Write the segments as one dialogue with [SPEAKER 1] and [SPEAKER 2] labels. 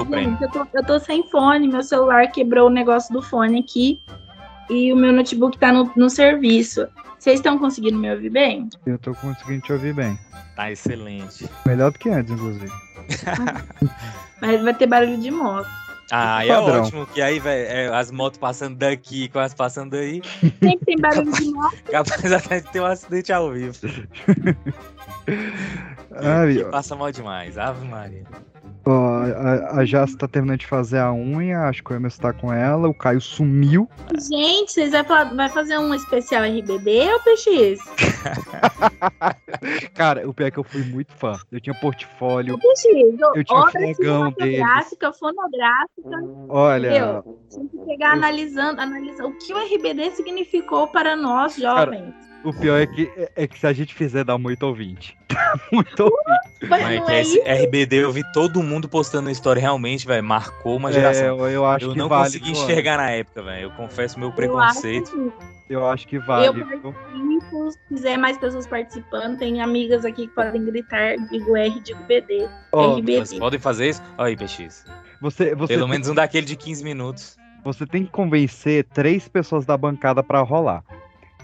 [SPEAKER 1] Uhum. eu tô sem fone, meu celular quebrou o negócio do fone aqui e o meu notebook tá no, no serviço. Vocês estão conseguindo me ouvir bem?
[SPEAKER 2] Eu tô conseguindo te ouvir bem.
[SPEAKER 3] Tá excelente.
[SPEAKER 2] Melhor do que antes, inclusive.
[SPEAKER 1] Mas vai ter barulho de moto.
[SPEAKER 3] Ah, é
[SPEAKER 2] Padrão.
[SPEAKER 3] ótimo, que aí, velho, é, as motos passando daqui com as passando daí,
[SPEAKER 1] Sempre tem barulho de moto.
[SPEAKER 3] capaz até de ter um acidente ao vivo.
[SPEAKER 2] Ai,
[SPEAKER 3] Que passa mal demais, ave Maria.
[SPEAKER 2] ó, a, a Jace tá terminando de fazer a unha, acho que o Emerson tá com ela, o Caio sumiu.
[SPEAKER 1] Gente, vocês vai, falar- vai fazer um especial RBD ou PX?
[SPEAKER 2] Cara, o pior é que eu fui muito fã. Eu tinha portfólio.
[SPEAKER 1] O PX.
[SPEAKER 2] Eu tinha um
[SPEAKER 1] obra
[SPEAKER 2] flagão deles.
[SPEAKER 1] cinematográfica, fonográfica,
[SPEAKER 2] Olha,
[SPEAKER 1] Tinha que pegar analisando, analisando o que o RBD significou para nós
[SPEAKER 2] Cara,
[SPEAKER 1] jovens.
[SPEAKER 2] o pior é que, é- é que se a gente fizer, dá muito ouvinte. Dá muito ouvinte.
[SPEAKER 1] Mas
[SPEAKER 3] Mas
[SPEAKER 1] não
[SPEAKER 3] que
[SPEAKER 1] é
[SPEAKER 3] esse
[SPEAKER 1] isso?
[SPEAKER 3] RBD, eu vi todo mundo postando no story, realmente, velho, marcou uma
[SPEAKER 2] É,
[SPEAKER 3] geração.
[SPEAKER 2] eu, eu acho
[SPEAKER 3] eu
[SPEAKER 2] que
[SPEAKER 3] não
[SPEAKER 2] vale.
[SPEAKER 3] consegui
[SPEAKER 2] viu, Ana?
[SPEAKER 3] enxergar na época, velho. Eu confesso meu
[SPEAKER 1] Eu acho que
[SPEAKER 3] preconceito.
[SPEAKER 1] sim.
[SPEAKER 2] Eu acho que vale.
[SPEAKER 1] Eu-
[SPEAKER 2] viu?
[SPEAKER 1] E se quiser mais pessoas participando, tem amigas aqui que podem gritar, digo R, digo BD,
[SPEAKER 2] Ó,
[SPEAKER 3] Vocês
[SPEAKER 1] RBD.
[SPEAKER 3] podem fazer isso? Olha aí, PX.
[SPEAKER 2] você, você,
[SPEAKER 3] Pelo
[SPEAKER 2] tem,
[SPEAKER 3] menos um daquele de 15 minutos.
[SPEAKER 2] você tem que convencer três pessoas da bancada pra rolar.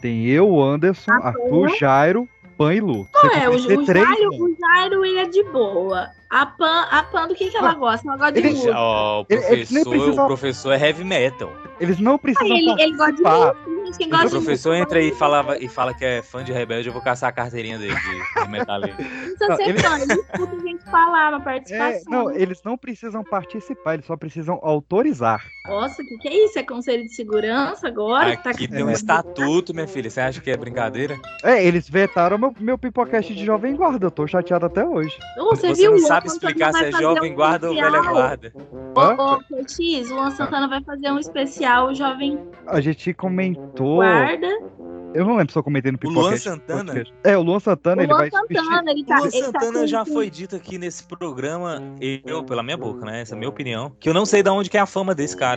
[SPEAKER 2] Tem eu, o Anderson,
[SPEAKER 1] Tá
[SPEAKER 2] Arthur, Jairo, Pan e Lu. Você
[SPEAKER 1] É, o, o,
[SPEAKER 2] convencer três,
[SPEAKER 1] Jairo,
[SPEAKER 2] mano.
[SPEAKER 1] o Jairo, ele é de boa. A Pan, a Pan do que, que ela gosta? Ela gosta de
[SPEAKER 2] Ah, Ele-
[SPEAKER 1] música.
[SPEAKER 3] Ó, o
[SPEAKER 2] Ele- ele nem
[SPEAKER 3] professor,
[SPEAKER 2] precisa-
[SPEAKER 3] o professor é heavy metal.
[SPEAKER 2] Eles não
[SPEAKER 1] Ah,
[SPEAKER 2] precisam
[SPEAKER 1] Ele, ele gosta de
[SPEAKER 2] participar.
[SPEAKER 1] música, gente, quem
[SPEAKER 3] Se
[SPEAKER 1] gosta
[SPEAKER 3] o
[SPEAKER 1] de
[SPEAKER 3] professor
[SPEAKER 1] música,
[SPEAKER 3] entra aí e
[SPEAKER 1] gosta
[SPEAKER 3] fala, e fala que é fã de Rebelde, eu vou caçar a carteirinha dele de, de metaleiro.
[SPEAKER 1] de música. Não precisa
[SPEAKER 2] Não,
[SPEAKER 1] ser
[SPEAKER 2] ele-
[SPEAKER 1] fã, ele escuta a gente falar uma
[SPEAKER 2] É,
[SPEAKER 1] participação.
[SPEAKER 2] não, eles não precisam participar, eles só precisam autorizar.
[SPEAKER 1] Nossa, o que, que é isso? É conselho de segurança agora? que tá
[SPEAKER 3] Aqui tem
[SPEAKER 1] acontecendo?
[SPEAKER 3] um estatuto, minha filha. Você acha que é brincadeira?
[SPEAKER 2] É, eles vetaram meu, meu pipocast de Jovem Guarda, eu tô chateado até hoje.
[SPEAKER 1] Ô, Você,
[SPEAKER 3] Você
[SPEAKER 1] viu
[SPEAKER 3] não
[SPEAKER 1] o
[SPEAKER 3] sabe
[SPEAKER 1] Luan
[SPEAKER 3] explicar se
[SPEAKER 1] Santana
[SPEAKER 3] é
[SPEAKER 1] vai fazer
[SPEAKER 3] jovem
[SPEAKER 1] um
[SPEAKER 3] guarda ou velha
[SPEAKER 1] especial?
[SPEAKER 3] guarda.
[SPEAKER 2] Hã?
[SPEAKER 1] Ô, ô, Curtis, o Luan Santana vai fazer um especial Jovem
[SPEAKER 2] A gente comentou.
[SPEAKER 1] Guarda.
[SPEAKER 2] Eu não lembro se eu comentei no
[SPEAKER 3] O
[SPEAKER 2] pipocast.
[SPEAKER 3] Luan Santana?
[SPEAKER 2] podcast. É, o Luan Santana,
[SPEAKER 1] o
[SPEAKER 2] ele
[SPEAKER 1] Luan
[SPEAKER 2] vai.
[SPEAKER 1] Santana, ele
[SPEAKER 3] O
[SPEAKER 1] tá.
[SPEAKER 3] Luan
[SPEAKER 1] ele tá
[SPEAKER 3] Santana
[SPEAKER 1] com-
[SPEAKER 3] já foi dito aqui nesse programa, eu, pela minha boca, né? Essa é a minha opinião. Que eu não sei de onde que é a fama desse cara.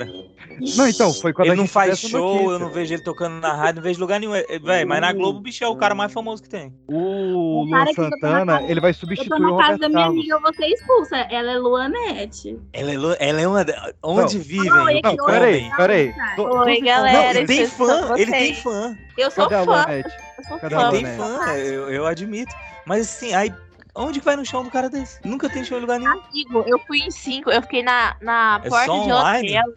[SPEAKER 2] Não, então, foi quando
[SPEAKER 3] ele
[SPEAKER 2] a gente
[SPEAKER 3] não faz
[SPEAKER 2] fez essa
[SPEAKER 3] show,
[SPEAKER 2] notícia.
[SPEAKER 3] eu não vejo ele tocando na rádio, não vejo lugar nenhum. É, Véi, mas na Globo, o bicho é o cara mais famoso que tem.
[SPEAKER 2] O
[SPEAKER 1] Cara,
[SPEAKER 2] Luan
[SPEAKER 1] que eu tô na
[SPEAKER 2] Santana,
[SPEAKER 1] casa-
[SPEAKER 2] ele vai
[SPEAKER 1] Eu
[SPEAKER 2] substituir
[SPEAKER 1] tô
[SPEAKER 2] o
[SPEAKER 1] na casa
[SPEAKER 2] Roberto
[SPEAKER 1] da minha
[SPEAKER 2] Carlos.
[SPEAKER 1] amiga, eu vou ser expulsa. Ela é Luanete.
[SPEAKER 3] Ela é, lo- ela é uma. da- Onde
[SPEAKER 2] Não.
[SPEAKER 3] vivem?
[SPEAKER 1] Não, ele que
[SPEAKER 2] Não,
[SPEAKER 1] né?
[SPEAKER 2] peraí,
[SPEAKER 1] hoje-
[SPEAKER 2] peraí. Tô- tô
[SPEAKER 4] Oi,
[SPEAKER 2] sem-
[SPEAKER 4] galera.
[SPEAKER 3] ele tem
[SPEAKER 4] vocês
[SPEAKER 3] fã,
[SPEAKER 4] são
[SPEAKER 3] ele tem
[SPEAKER 4] vocês.
[SPEAKER 3] fã.
[SPEAKER 4] Eu
[SPEAKER 2] Não,
[SPEAKER 4] sou
[SPEAKER 2] cadê a
[SPEAKER 4] fã.
[SPEAKER 2] Luanete?
[SPEAKER 4] Eu sou
[SPEAKER 2] Cadê a
[SPEAKER 4] fã.
[SPEAKER 2] Luanete?
[SPEAKER 3] Tem fã, eu, eu admito. Mas assim, aí. Onde que vai no show do cara desse? Nunca tem show em lugar nenhum.
[SPEAKER 4] Amigo, eu fui em cinco, eu fiquei na, na
[SPEAKER 3] É
[SPEAKER 4] porta
[SPEAKER 3] só
[SPEAKER 4] de
[SPEAKER 3] online?
[SPEAKER 4] hotel.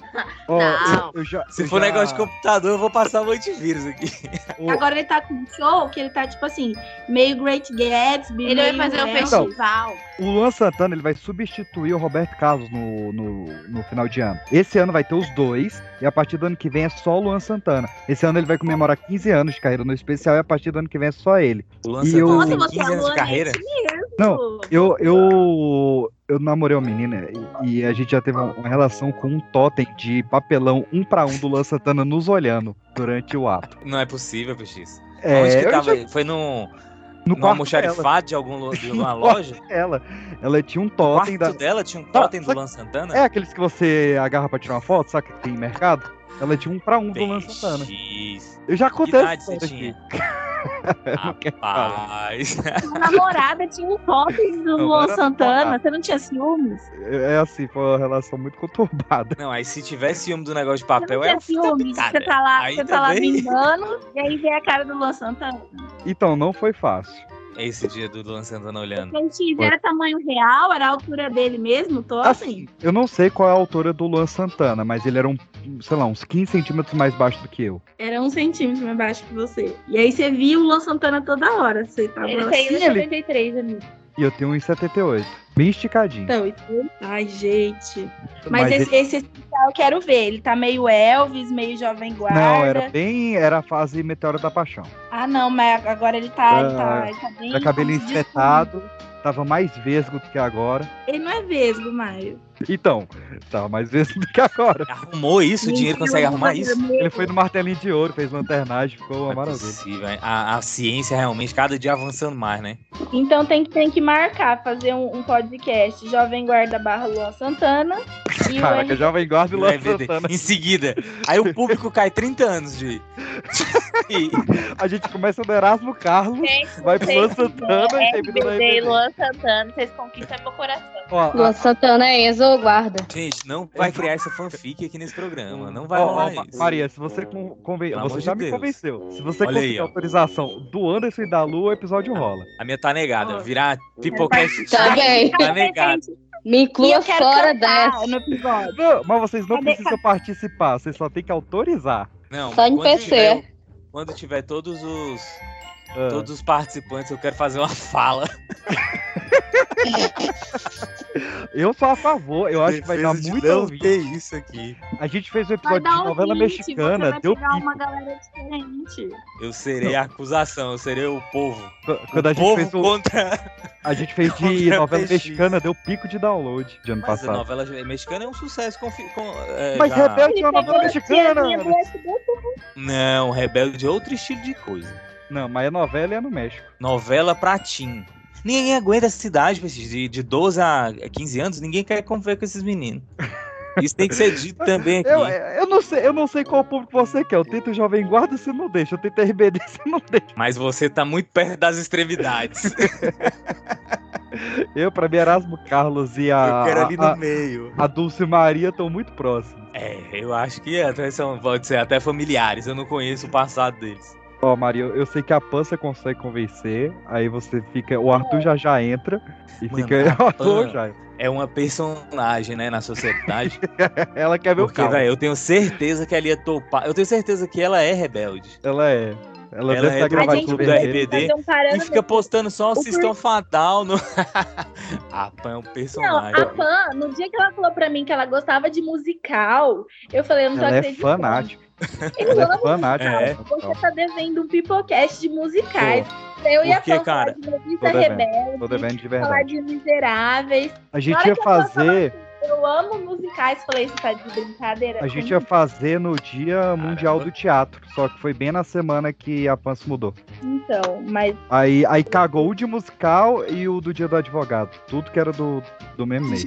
[SPEAKER 2] Ó,
[SPEAKER 4] Não.
[SPEAKER 2] eu- eu já-
[SPEAKER 3] Se
[SPEAKER 2] eu
[SPEAKER 3] for um
[SPEAKER 2] já-
[SPEAKER 3] negócio de computador, eu vou passar o antivírus aqui.
[SPEAKER 2] o-
[SPEAKER 1] Agora ele tá com um show que ele tá, tipo assim, meio Great Gatsby.
[SPEAKER 4] Ele vai
[SPEAKER 1] meio
[SPEAKER 4] fazer um
[SPEAKER 1] Lance.
[SPEAKER 2] Então,
[SPEAKER 4] festival.
[SPEAKER 2] O Luan Santana ele vai substituir o Roberto Carlos no, no, no final de ano. Esse ano vai ter os dois, e a partir do ano que vem é só o Luan Santana. Esse ano ele vai comemorar 15 anos de carreira no especial, e a partir do ano que vem é só ele.
[SPEAKER 3] O
[SPEAKER 2] E
[SPEAKER 3] Lance
[SPEAKER 2] eu-
[SPEAKER 1] Nossa,
[SPEAKER 3] tem
[SPEAKER 1] você
[SPEAKER 3] 15
[SPEAKER 1] é
[SPEAKER 3] anos de carreira.
[SPEAKER 1] Luanete mesmo.
[SPEAKER 2] Não, Eu, eu, eu namorei uma menina e, e a gente já teve uma, uma relação com um totem de papelão um pra um do Luan Santana nos olhando durante o ato.
[SPEAKER 3] Não é possível, PX.
[SPEAKER 2] É,
[SPEAKER 3] Onde que
[SPEAKER 2] eu
[SPEAKER 3] tava?
[SPEAKER 2] já-
[SPEAKER 3] Foi num,
[SPEAKER 2] no
[SPEAKER 3] num
[SPEAKER 2] quarto dela,
[SPEAKER 3] almoxarifado de, algum, lo- de alguma loja?
[SPEAKER 2] ela. Ela tinha um
[SPEAKER 3] O
[SPEAKER 2] totem
[SPEAKER 3] quarto
[SPEAKER 2] da.
[SPEAKER 3] dela tinha um
[SPEAKER 2] Tá,
[SPEAKER 3] totem
[SPEAKER 2] só
[SPEAKER 3] do Lan Santana?
[SPEAKER 2] É aqueles que você agarra pra tirar uma foto, sabe que tem em mercado? Ela tinha um pra um do Luan
[SPEAKER 3] PX.
[SPEAKER 2] Santana.
[SPEAKER 3] Que
[SPEAKER 2] Eu já contei essa
[SPEAKER 3] idade você
[SPEAKER 2] história aqui.
[SPEAKER 3] tinha?
[SPEAKER 2] Não quero falar.
[SPEAKER 3] Rapaz.
[SPEAKER 1] Sua namorada tinha um totem do
[SPEAKER 2] Não,
[SPEAKER 1] Luan
[SPEAKER 2] era
[SPEAKER 1] Santana.
[SPEAKER 2] namorada.
[SPEAKER 1] Você não tinha ciúmes?
[SPEAKER 2] É assim, foi uma relação muito conturbada.
[SPEAKER 3] Não, aí se tiver ciúme do negócio de
[SPEAKER 1] Você não
[SPEAKER 3] papel, é
[SPEAKER 1] tinha
[SPEAKER 3] uma
[SPEAKER 1] ciúmes?
[SPEAKER 3] pitada.
[SPEAKER 1] Você tá lá,
[SPEAKER 3] Aí
[SPEAKER 1] você tá lá
[SPEAKER 3] também-
[SPEAKER 1] brincando e aí vem a cara do Luan Santana.
[SPEAKER 2] Então, não foi fácil.
[SPEAKER 3] Esse dia do Luan Santana olhando.
[SPEAKER 1] Gente, era tamanho real, era a altura dele mesmo, tô assim.
[SPEAKER 2] Assim, eu não sei qual é a altura do Luan Santana, mas ele era, um, sei lá, uns 15 centímetros mais baixo do que eu.
[SPEAKER 1] Era um centímetro mais baixo que você. E aí você via o Luan Santana toda hora. Você
[SPEAKER 5] Então,
[SPEAKER 1] tava
[SPEAKER 4] Ele
[SPEAKER 1] lá,
[SPEAKER 4] tem
[SPEAKER 1] assim,
[SPEAKER 4] 73, amigo.
[SPEAKER 2] E eu tenho 1,78. Bem esticadinho.
[SPEAKER 1] Então, então- ai, gente. Mas, esse, esse especial eu quero ver. Ele tá meio Elvis, meio Jovem Guarda.
[SPEAKER 2] Não, era bem. Era a fase Meteoro da Paixão.
[SPEAKER 1] Ah, não, mas agora ele tá, ele tá,
[SPEAKER 2] Ah,
[SPEAKER 1] ele tá bem.
[SPEAKER 2] Era cabelo
[SPEAKER 1] como se diz,
[SPEAKER 2] espetado, tava mais vesgo do que agora.
[SPEAKER 1] Ele não é vesgo, Maio.
[SPEAKER 2] Então, tava mais vesgo do que agora.
[SPEAKER 3] Arrumou isso? O dinheiro
[SPEAKER 1] Mentira,
[SPEAKER 3] consegue
[SPEAKER 1] eu
[SPEAKER 3] arrumar
[SPEAKER 1] vou
[SPEAKER 3] isso?
[SPEAKER 1] dormir.
[SPEAKER 2] Ele foi no martelinho de ouro, fez lanternagem, ficou uma
[SPEAKER 3] Não é
[SPEAKER 2] maravilha.
[SPEAKER 3] possível, hein? a, a ciência realmente cada dia avançando mais, né?
[SPEAKER 1] Então tem que, tem que marcar, fazer um, um podcast Jovem Guarda barra Luan Santana. E o
[SPEAKER 2] Caraca,
[SPEAKER 1] RBD.
[SPEAKER 3] é
[SPEAKER 2] Jovem Guarda e
[SPEAKER 3] Do
[SPEAKER 2] Luan
[SPEAKER 3] EVD.
[SPEAKER 2] Santana.
[SPEAKER 3] Em seguida, aí o público cai 30 anos de. E-
[SPEAKER 2] A gente começa do Erasmo Carlos, vai pro Luan é Santana e termina na
[SPEAKER 4] Dei
[SPEAKER 2] MPB.
[SPEAKER 4] Luan Santana, vocês conquistam meu coração.
[SPEAKER 2] Ó,
[SPEAKER 5] Luan Santana é ex ou guarda?
[SPEAKER 3] Gente, não vai criar essa fanfic aqui nesse programa. Não vai
[SPEAKER 2] Ó, ó,
[SPEAKER 3] rolar
[SPEAKER 2] Ma-
[SPEAKER 3] isso.
[SPEAKER 2] Maria, se você con- conven-
[SPEAKER 3] Pelo
[SPEAKER 2] você
[SPEAKER 3] amor
[SPEAKER 2] já
[SPEAKER 3] de
[SPEAKER 2] me
[SPEAKER 3] Deus.
[SPEAKER 2] convenceu. Se você
[SPEAKER 3] Olha aí,
[SPEAKER 2] conseguir
[SPEAKER 3] ó.
[SPEAKER 2] autorização do Anderson e da Lu, o episódio rola.
[SPEAKER 3] A minha tá negada. Virar pipocast.
[SPEAKER 5] Tá bem.
[SPEAKER 3] Tá negada.
[SPEAKER 5] Me
[SPEAKER 1] E
[SPEAKER 5] inclua
[SPEAKER 1] eu quero
[SPEAKER 5] fora
[SPEAKER 1] cantar
[SPEAKER 5] dessa.
[SPEAKER 1] no episódio.
[SPEAKER 2] Não, mas vocês não
[SPEAKER 1] Cadê-
[SPEAKER 2] precisam participar, vocês só têm que autorizar.
[SPEAKER 3] Não,
[SPEAKER 5] Só em
[SPEAKER 3] quando
[SPEAKER 5] PC.
[SPEAKER 3] tiver- quando tiver todos os,
[SPEAKER 2] Ah,
[SPEAKER 3] todos os participantes, eu quero fazer uma fala.
[SPEAKER 2] Eu sou a favor, eu acho que vai dar muito ouvinte.
[SPEAKER 3] isso aqui.
[SPEAKER 2] A gente fez um episódio de novela mexicana, deu
[SPEAKER 1] pegar
[SPEAKER 2] pico.
[SPEAKER 1] uma galera diferente.
[SPEAKER 3] Eu serei a acusação, eu serei o povo.
[SPEAKER 2] Qu- Quando a
[SPEAKER 3] o
[SPEAKER 2] gente
[SPEAKER 3] povo
[SPEAKER 2] fez, o...
[SPEAKER 3] contra...
[SPEAKER 2] a gente fez de
[SPEAKER 3] contra
[SPEAKER 2] novela
[SPEAKER 3] peixe.
[SPEAKER 2] mexicana, deu pico de download de ano
[SPEAKER 3] Mas a
[SPEAKER 2] passado.
[SPEAKER 3] novela mexicana é um sucesso. Com, com, é,
[SPEAKER 2] Mas
[SPEAKER 3] já-
[SPEAKER 2] Rebelde é uma novela mexicana!
[SPEAKER 3] Não, Rebelde é outro estilo de coisa.
[SPEAKER 2] Não, mas é novela e é no México.
[SPEAKER 3] Novela pra teen. Ninguém aguenta essa idade, esses de, de 12 a 15 anos, ninguém quer conviver com esses meninos. Isso tem que ser dito também aqui.
[SPEAKER 2] Eu, é, eu, não sei, eu não sei qual público você quer. Eu tento Jovem Guarda, você não deixa. Eu tento RBD, você não deixa.
[SPEAKER 3] Mas você tá muito perto das extremidades.
[SPEAKER 2] Eu, pra mim, Erasmo Carlos e a, a,
[SPEAKER 3] meio.
[SPEAKER 2] a Dulce Maria estão muito próximos.
[SPEAKER 3] É, eu acho que até são, pode ser até familiares, eu não conheço o passado deles.
[SPEAKER 2] Ó, Maria, eu eu sei que a Pan você consegue convencer. Aí você fica. O Arthur já já entra. E
[SPEAKER 3] Mano,
[SPEAKER 2] fica.
[SPEAKER 3] a
[SPEAKER 2] O Arthur
[SPEAKER 3] Pan-
[SPEAKER 2] já.
[SPEAKER 3] É uma personagem, né, na sociedade.
[SPEAKER 2] Ela quer ver o
[SPEAKER 3] porque, é-
[SPEAKER 2] carro.
[SPEAKER 3] velho, eu tenho certeza que ela ia topar. Eu tenho certeza que ela é rebelde.
[SPEAKER 2] Ela é. Ela,
[SPEAKER 3] Ela
[SPEAKER 2] deve
[SPEAKER 3] entra
[SPEAKER 2] estar
[SPEAKER 3] no
[SPEAKER 2] gravadinha
[SPEAKER 3] YouTube do
[SPEAKER 2] vermelha.
[SPEAKER 3] RBD.
[SPEAKER 1] Tá
[SPEAKER 3] E fica postando só o Sistão Fatal no. a Pan é um
[SPEAKER 1] Não, a
[SPEAKER 3] personagem.
[SPEAKER 1] Pan, no dia que ela falou pra mim que ela gostava de musical, eu falei, eu não tô
[SPEAKER 2] Ela é
[SPEAKER 1] acreditando.
[SPEAKER 2] fanática.
[SPEAKER 1] Eles
[SPEAKER 2] Ela é
[SPEAKER 1] amam
[SPEAKER 2] fanática.
[SPEAKER 3] É.
[SPEAKER 1] Você tá devendo um pipocast de musicais. eu ia
[SPEAKER 3] por que,
[SPEAKER 1] falar
[SPEAKER 3] cara?
[SPEAKER 1] de Noviça
[SPEAKER 2] Tô devendo,
[SPEAKER 1] Rebelde,
[SPEAKER 2] Tô devendo de
[SPEAKER 1] falar
[SPEAKER 2] verdade.
[SPEAKER 1] de Miseráveis.
[SPEAKER 2] A gente
[SPEAKER 1] hora
[SPEAKER 2] ia
[SPEAKER 1] que eu for
[SPEAKER 2] fazer.
[SPEAKER 1] Eu amo musicais. Falei, você tá de brincadeira?
[SPEAKER 2] A gente
[SPEAKER 1] comigo?
[SPEAKER 2] ia fazer no Dia Mundial
[SPEAKER 3] Caramba.
[SPEAKER 2] do Teatro, só que foi bem na semana que a PAN se mudou.
[SPEAKER 1] Então, mas
[SPEAKER 2] Aí, aí cagou o de musical e o do Dia do Advogado. Tudo que era do, do mesmo mês.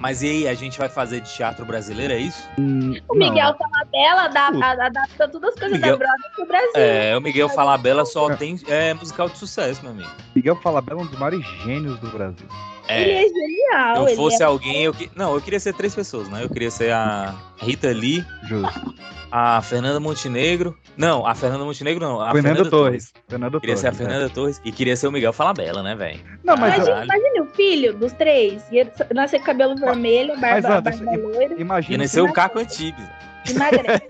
[SPEAKER 3] Mas e aí, a gente vai fazer de teatro brasileiro, é isso?
[SPEAKER 1] o
[SPEAKER 2] Não.
[SPEAKER 1] Miguel tá Falabella da-
[SPEAKER 2] Tudo.
[SPEAKER 1] a- adapta todas as coisas
[SPEAKER 3] Miguel-
[SPEAKER 1] da Broadway pro Brasil.
[SPEAKER 3] É, o Miguel Falabella só tem é, musical de sucesso, meu amigo.
[SPEAKER 2] Miguel Falabella é um dos maiores gênios do Brasil.
[SPEAKER 1] Ele
[SPEAKER 3] É.
[SPEAKER 1] é genial.
[SPEAKER 3] eu
[SPEAKER 1] ele
[SPEAKER 3] fosse
[SPEAKER 1] é...
[SPEAKER 3] alguém, eu que... não, eu queria ser três pessoas, né? Eu queria ser a Rita Lee,
[SPEAKER 2] Justo.
[SPEAKER 3] a Fernanda Montenegro, não, a Fernanda Montenegro não, a
[SPEAKER 2] Fernando Torres. Fernando
[SPEAKER 3] Queria
[SPEAKER 2] Torres.
[SPEAKER 3] ser a
[SPEAKER 2] né?
[SPEAKER 3] Fernanda Torres e queria ser o Miguel Falabella, né, velho?
[SPEAKER 2] Não, mas,
[SPEAKER 3] Caralho.
[SPEAKER 1] é. Imagina, imagina o filho dos três. Ia nascer com cabelo vermelho,
[SPEAKER 2] Mas,
[SPEAKER 1] barba,
[SPEAKER 2] Anderson,
[SPEAKER 1] barba loira,
[SPEAKER 3] Ia
[SPEAKER 2] imagina,
[SPEAKER 3] nascer o Caco Antibes.
[SPEAKER 1] emagrece.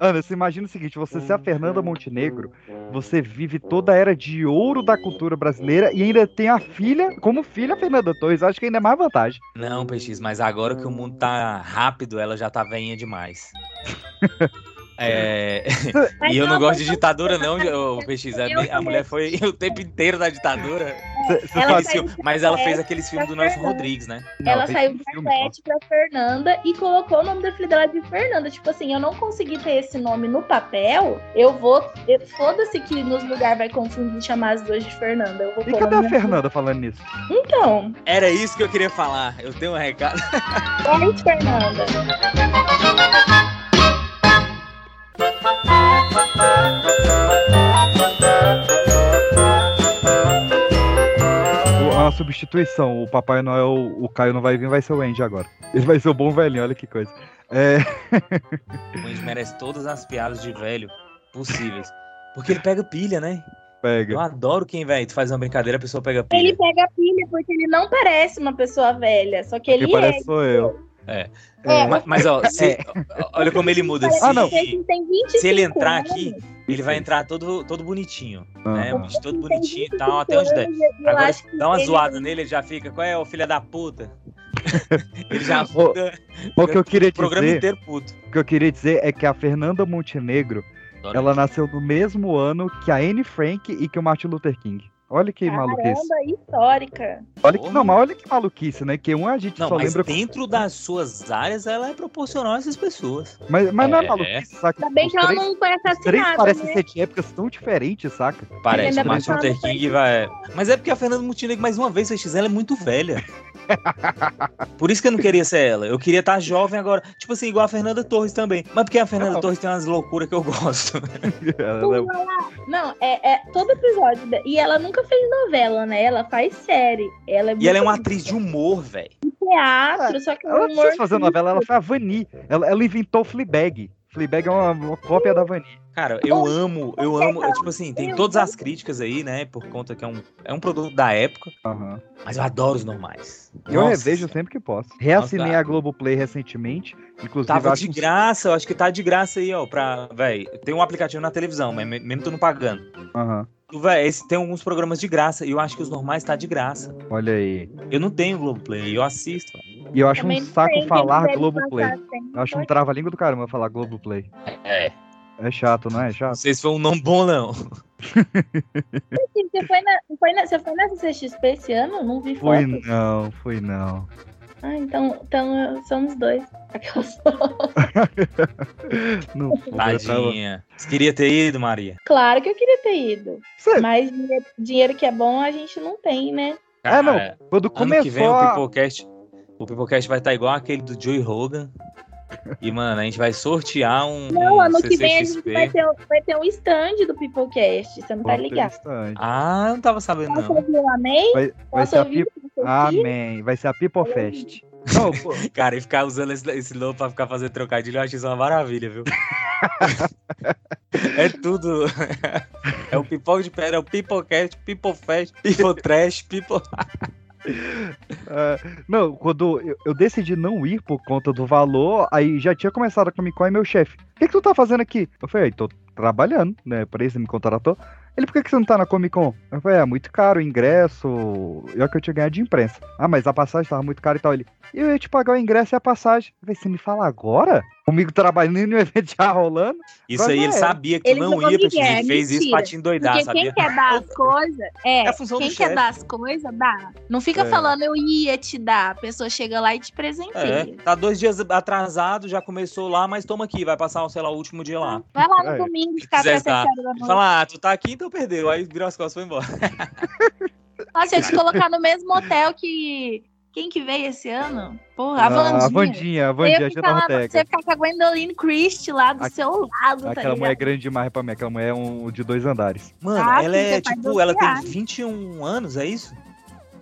[SPEAKER 2] Anderson, imagina o seguinte: você ser a Fernanda Montenegro, você vive toda a era de ouro da cultura brasileira e ainda tem a filha, como filha, a Fernanda Torres. Acho que ainda é mais vantagem.
[SPEAKER 3] Não, PX, mas agora que o mundo tá rápido, ela já tá velhinha demais. É,
[SPEAKER 1] Mas
[SPEAKER 3] e eu não
[SPEAKER 1] foi
[SPEAKER 3] gosto de
[SPEAKER 1] tão-
[SPEAKER 3] ditadura, não, ô, PX. A,
[SPEAKER 1] Eu
[SPEAKER 3] a mulher foi o tempo inteiro da ditadura.
[SPEAKER 2] Cê- cê
[SPEAKER 1] Ela é,
[SPEAKER 2] sabe-
[SPEAKER 1] saiu de
[SPEAKER 3] Mas ela
[SPEAKER 1] Atlético
[SPEAKER 3] fez aqueles filmes do Nelson
[SPEAKER 1] Fernanda.
[SPEAKER 3] Rodrigues, né?
[SPEAKER 2] Não,
[SPEAKER 1] ela
[SPEAKER 2] tem
[SPEAKER 1] saiu do
[SPEAKER 2] filme,
[SPEAKER 1] Atlético pra Fernanda e colocou o nome da filha dela de Fernanda. Tipo assim, eu não consegui ter esse nome no papel, eu vou. eu- Foda-se que nos lugares vai confundir e chamar as duas de Fernanda. Eu vou
[SPEAKER 2] E
[SPEAKER 1] pôr
[SPEAKER 2] cadê
[SPEAKER 1] o
[SPEAKER 2] a
[SPEAKER 1] nome-
[SPEAKER 2] Fernanda falando nisso?
[SPEAKER 1] Então,
[SPEAKER 3] Era isso que eu queria falar. Eu tenho um recado.
[SPEAKER 1] vai, Fernanda.
[SPEAKER 2] O- A substituição, o Papai Noel, o Caio não vai vir, vai ser o Andy agora. Ele vai ser o bom velhinho, olha que coisa. É,
[SPEAKER 3] O Andy merece todas as piadas de velho possíveis. Porque ele pega pilha, né? Eu
[SPEAKER 2] pega.
[SPEAKER 3] adoro quem, velho, tu faz uma brincadeira, a pessoa pega
[SPEAKER 1] Ele
[SPEAKER 3] pilha.
[SPEAKER 1] pega a pilha porque ele não parece uma pessoa velha, só que ele
[SPEAKER 2] Quem
[SPEAKER 1] é.
[SPEAKER 2] parece sou eu.
[SPEAKER 3] É.
[SPEAKER 1] É.
[SPEAKER 3] Ma- Mas, ó, se- olha como ele muda.
[SPEAKER 1] Parece
[SPEAKER 3] Se,
[SPEAKER 2] Ah, não.
[SPEAKER 1] que ele tem 25
[SPEAKER 3] se ele entrar
[SPEAKER 1] anos.
[SPEAKER 3] aqui, ele vai entrar todo, todo bonitinho. Né?
[SPEAKER 2] Aham.
[SPEAKER 3] O bicho todo
[SPEAKER 1] Ele tem
[SPEAKER 3] bonitinho e tal,
[SPEAKER 1] 25
[SPEAKER 3] até onde der.
[SPEAKER 1] anos, eu
[SPEAKER 3] Agora,
[SPEAKER 1] acho que
[SPEAKER 3] dá uma
[SPEAKER 1] ele- é
[SPEAKER 3] zoada nele, ele já fica. Qual é, ô filha da puta? ele já
[SPEAKER 2] Ô,
[SPEAKER 3] muda
[SPEAKER 2] O que eu queria
[SPEAKER 3] o programa
[SPEAKER 2] dizer,
[SPEAKER 3] inteiro puto.
[SPEAKER 2] o que eu queria dizer é que a Fernanda Montenegro,
[SPEAKER 3] Adoro
[SPEAKER 2] ela nasceu no mesmo ano que a Anne Frank e que o Martin Luther King. Olha que maluquice.
[SPEAKER 1] Caramba, histórica.
[SPEAKER 2] Olha que,
[SPEAKER 3] Porra.
[SPEAKER 2] não, mas olha que maluquice, né? Que um a gente
[SPEAKER 3] Não,
[SPEAKER 2] só
[SPEAKER 3] mas
[SPEAKER 2] lembra.
[SPEAKER 3] dentro das suas áreas ela é proporcional a essas pessoas.
[SPEAKER 2] Mas, mas não é
[SPEAKER 3] É.
[SPEAKER 2] maluquice, saca?
[SPEAKER 1] Ainda bem
[SPEAKER 2] Os
[SPEAKER 1] que ela
[SPEAKER 2] três-
[SPEAKER 1] não foi
[SPEAKER 2] os três
[SPEAKER 1] assassinada,
[SPEAKER 2] parecem
[SPEAKER 1] né?
[SPEAKER 2] ser de épocas tão diferentes, saca?
[SPEAKER 3] Parece.
[SPEAKER 1] Ainda
[SPEAKER 3] O Martin
[SPEAKER 1] bem que
[SPEAKER 3] Luther
[SPEAKER 1] ela não
[SPEAKER 3] King vai. Mas é porque a Fernanda Montenegro, mais uma vez, a XL é muito velha. Por isso que eu não queria ser ela. Eu queria estar jovem agora. Tipo assim, igual a Fernanda Torres também. Mas porque a Fernanda
[SPEAKER 2] Não.
[SPEAKER 3] Torres tem umas loucuras que eu gosto.
[SPEAKER 2] Ela é o-
[SPEAKER 1] Não, é, é todo episódio. da- E ela nunca fez novela, né? Ela faz série. Ela é
[SPEAKER 3] E ela é uma
[SPEAKER 1] muito
[SPEAKER 3] atriz de humor, velho.
[SPEAKER 1] de teatro, só que é um
[SPEAKER 2] ela tá não
[SPEAKER 1] humor
[SPEAKER 2] precisa fazer novela, ela foi a Vani. Ela, ela inventou Fleabag. Fleabag é uma, uma cópia da Vani.
[SPEAKER 3] Cara, eu
[SPEAKER 1] Bom,
[SPEAKER 3] amo, eu amo. eu, tipo assim, tem todas as críticas aí, né? Por conta que é um, é um produto da época.
[SPEAKER 2] Aham.
[SPEAKER 3] Mas eu adoro os normais.
[SPEAKER 2] Eu
[SPEAKER 3] Nossa,
[SPEAKER 2] revejo sempre que posso. Reassinei
[SPEAKER 3] Nossa.
[SPEAKER 2] a Globoplay recentemente. Inclusive, eu
[SPEAKER 3] Tava
[SPEAKER 2] acho um
[SPEAKER 3] de
[SPEAKER 2] uns-
[SPEAKER 3] graça, eu acho que tá de graça aí, ó. Pra, véi, tem um aplicativo na televisão, mas me- mesmo tu não pagando.
[SPEAKER 2] Aham.
[SPEAKER 3] Véi, esse tem alguns programas de graça e eu acho que os normais tá de graça.
[SPEAKER 2] Olha aí.
[SPEAKER 3] Eu não tenho Globoplay, eu assisto.
[SPEAKER 2] E eu acho
[SPEAKER 1] Também
[SPEAKER 2] um
[SPEAKER 1] não
[SPEAKER 2] saco
[SPEAKER 1] sei, quem
[SPEAKER 2] falar
[SPEAKER 1] deve
[SPEAKER 2] Globoplay.
[SPEAKER 1] passar sem-
[SPEAKER 2] Eu acho um trava-língua do caramba falar Globoplay.
[SPEAKER 3] É.
[SPEAKER 2] É chato, não é? É
[SPEAKER 3] Não
[SPEAKER 2] chato.
[SPEAKER 3] sei se foi um nome bom, não.
[SPEAKER 1] Sim, Você foi, na, foi na- você foi na CCXP esse ano? Não vi foto.
[SPEAKER 2] Foi não, foi não.
[SPEAKER 1] Ah, então, então eh, somos dois. Aquelas-
[SPEAKER 2] Não foi. eu tava-
[SPEAKER 3] Tadinha. Você queria ter ido, Maria.
[SPEAKER 1] Claro que eu queria ter ido.
[SPEAKER 2] Sério?
[SPEAKER 1] Mas dinhe- dinheiro que é bom a gente não tem, né?
[SPEAKER 2] É, não.
[SPEAKER 3] Cara,
[SPEAKER 2] Quando
[SPEAKER 3] Ano que vem
[SPEAKER 2] começou
[SPEAKER 3] o
[SPEAKER 2] a-
[SPEAKER 3] Peoplecast, o Peoplecast vai estar igual aquele do Joey Rogan. E, mano, a gente vai sortear um.
[SPEAKER 1] Não,
[SPEAKER 3] um
[SPEAKER 1] ano que vem a gente
[SPEAKER 3] CCXP.
[SPEAKER 1] vai ter, um- vai ter um stand do Peoplecast. Você não tá ligado?
[SPEAKER 2] Interessante.
[SPEAKER 3] Ah, não tava sabendo,
[SPEAKER 1] Posso
[SPEAKER 3] não.
[SPEAKER 1] ouvir o Amém?
[SPEAKER 2] Vai- Vai
[SPEAKER 1] Posso
[SPEAKER 2] ser a Ah,
[SPEAKER 1] ouvir
[SPEAKER 2] Pipo...
[SPEAKER 1] o Pipo aqui?
[SPEAKER 2] Amém. Vai ser a Pipofest. Não, pô,
[SPEAKER 3] Cara, e ficar usando esse, esse lobo pra ficar fazendo trocadilho, eu acho isso uma maravilha, viu? é tudo. É o Pipol de Pedra, é o Peoplecast, Peoplefest, Peopletrash, People.
[SPEAKER 2] É, não, quando eu, eu decidi não ir por conta do valor, aí já tinha começado a Comic Con e meu chefe, o que, que tu tá fazendo aqui? Eu falei, "Ei, tô trabalhando, né? Por isso você me contratou. Ele, por que, que você não tá na Comic Con? Eu falei, é muito caro o ingresso, e olha que eu tinha ganhado de imprensa. Ah, mas a passagem tava muito cara e tal. Ele, eu ia te pagar o ingresso e a passagem. Eu falei, você me fala agora? Comigo trabalhando e o evento já rolando?
[SPEAKER 3] Isso
[SPEAKER 2] Mas
[SPEAKER 3] aí,
[SPEAKER 2] não
[SPEAKER 3] ele
[SPEAKER 2] é.
[SPEAKER 3] sabia que tu
[SPEAKER 1] Ele
[SPEAKER 3] não
[SPEAKER 1] jogou
[SPEAKER 3] ia, Petit,
[SPEAKER 1] Miguel,
[SPEAKER 3] ele fez isso
[SPEAKER 1] mentira.
[SPEAKER 3] pra te endoidar,
[SPEAKER 1] Porque
[SPEAKER 3] sabia?
[SPEAKER 1] quem quer dar as coisas, é.
[SPEAKER 3] É a função
[SPEAKER 1] quem
[SPEAKER 3] do
[SPEAKER 1] quer
[SPEAKER 3] chefe.
[SPEAKER 1] dar as coisas, dá. Não fica
[SPEAKER 2] É.
[SPEAKER 1] falando eu ia te dar. A pessoa chega lá e te
[SPEAKER 3] É,
[SPEAKER 1] presenteia.
[SPEAKER 3] tá dois dias atrasado, já começou lá, mas toma aqui, vai passar, sei lá, o último dia lá.
[SPEAKER 1] Vai lá no
[SPEAKER 2] É.
[SPEAKER 1] domingo
[SPEAKER 3] Se
[SPEAKER 1] ficar até
[SPEAKER 3] quiser
[SPEAKER 1] 7 horas
[SPEAKER 3] estar-
[SPEAKER 1] da noite.
[SPEAKER 3] Ele fala, ah, tu tá aqui, então perdeu. Aí virou as costas e foi embora.
[SPEAKER 1] Nossa, eu te colocar no mesmo hotel que. Quem que veio esse ano? Porra, a
[SPEAKER 2] Ah,
[SPEAKER 1] Vandinha.
[SPEAKER 2] A Vandinha,
[SPEAKER 1] Você ia
[SPEAKER 2] a Vandinha, a
[SPEAKER 1] ficar lá-
[SPEAKER 2] Jana
[SPEAKER 1] Você ia
[SPEAKER 2] Ortega.
[SPEAKER 1] ficar com a Gwendoline Christie lá do
[SPEAKER 2] A-
[SPEAKER 1] seu lado, tá
[SPEAKER 2] Aquela
[SPEAKER 1] ligado?
[SPEAKER 2] mulher é grande demais pra mim, aquela mulher é um de dois andares.
[SPEAKER 3] Mano,
[SPEAKER 1] Ah,
[SPEAKER 3] ela é
[SPEAKER 1] você faz
[SPEAKER 3] tipo, ela tem
[SPEAKER 1] doceado.
[SPEAKER 3] 21 anos, é isso?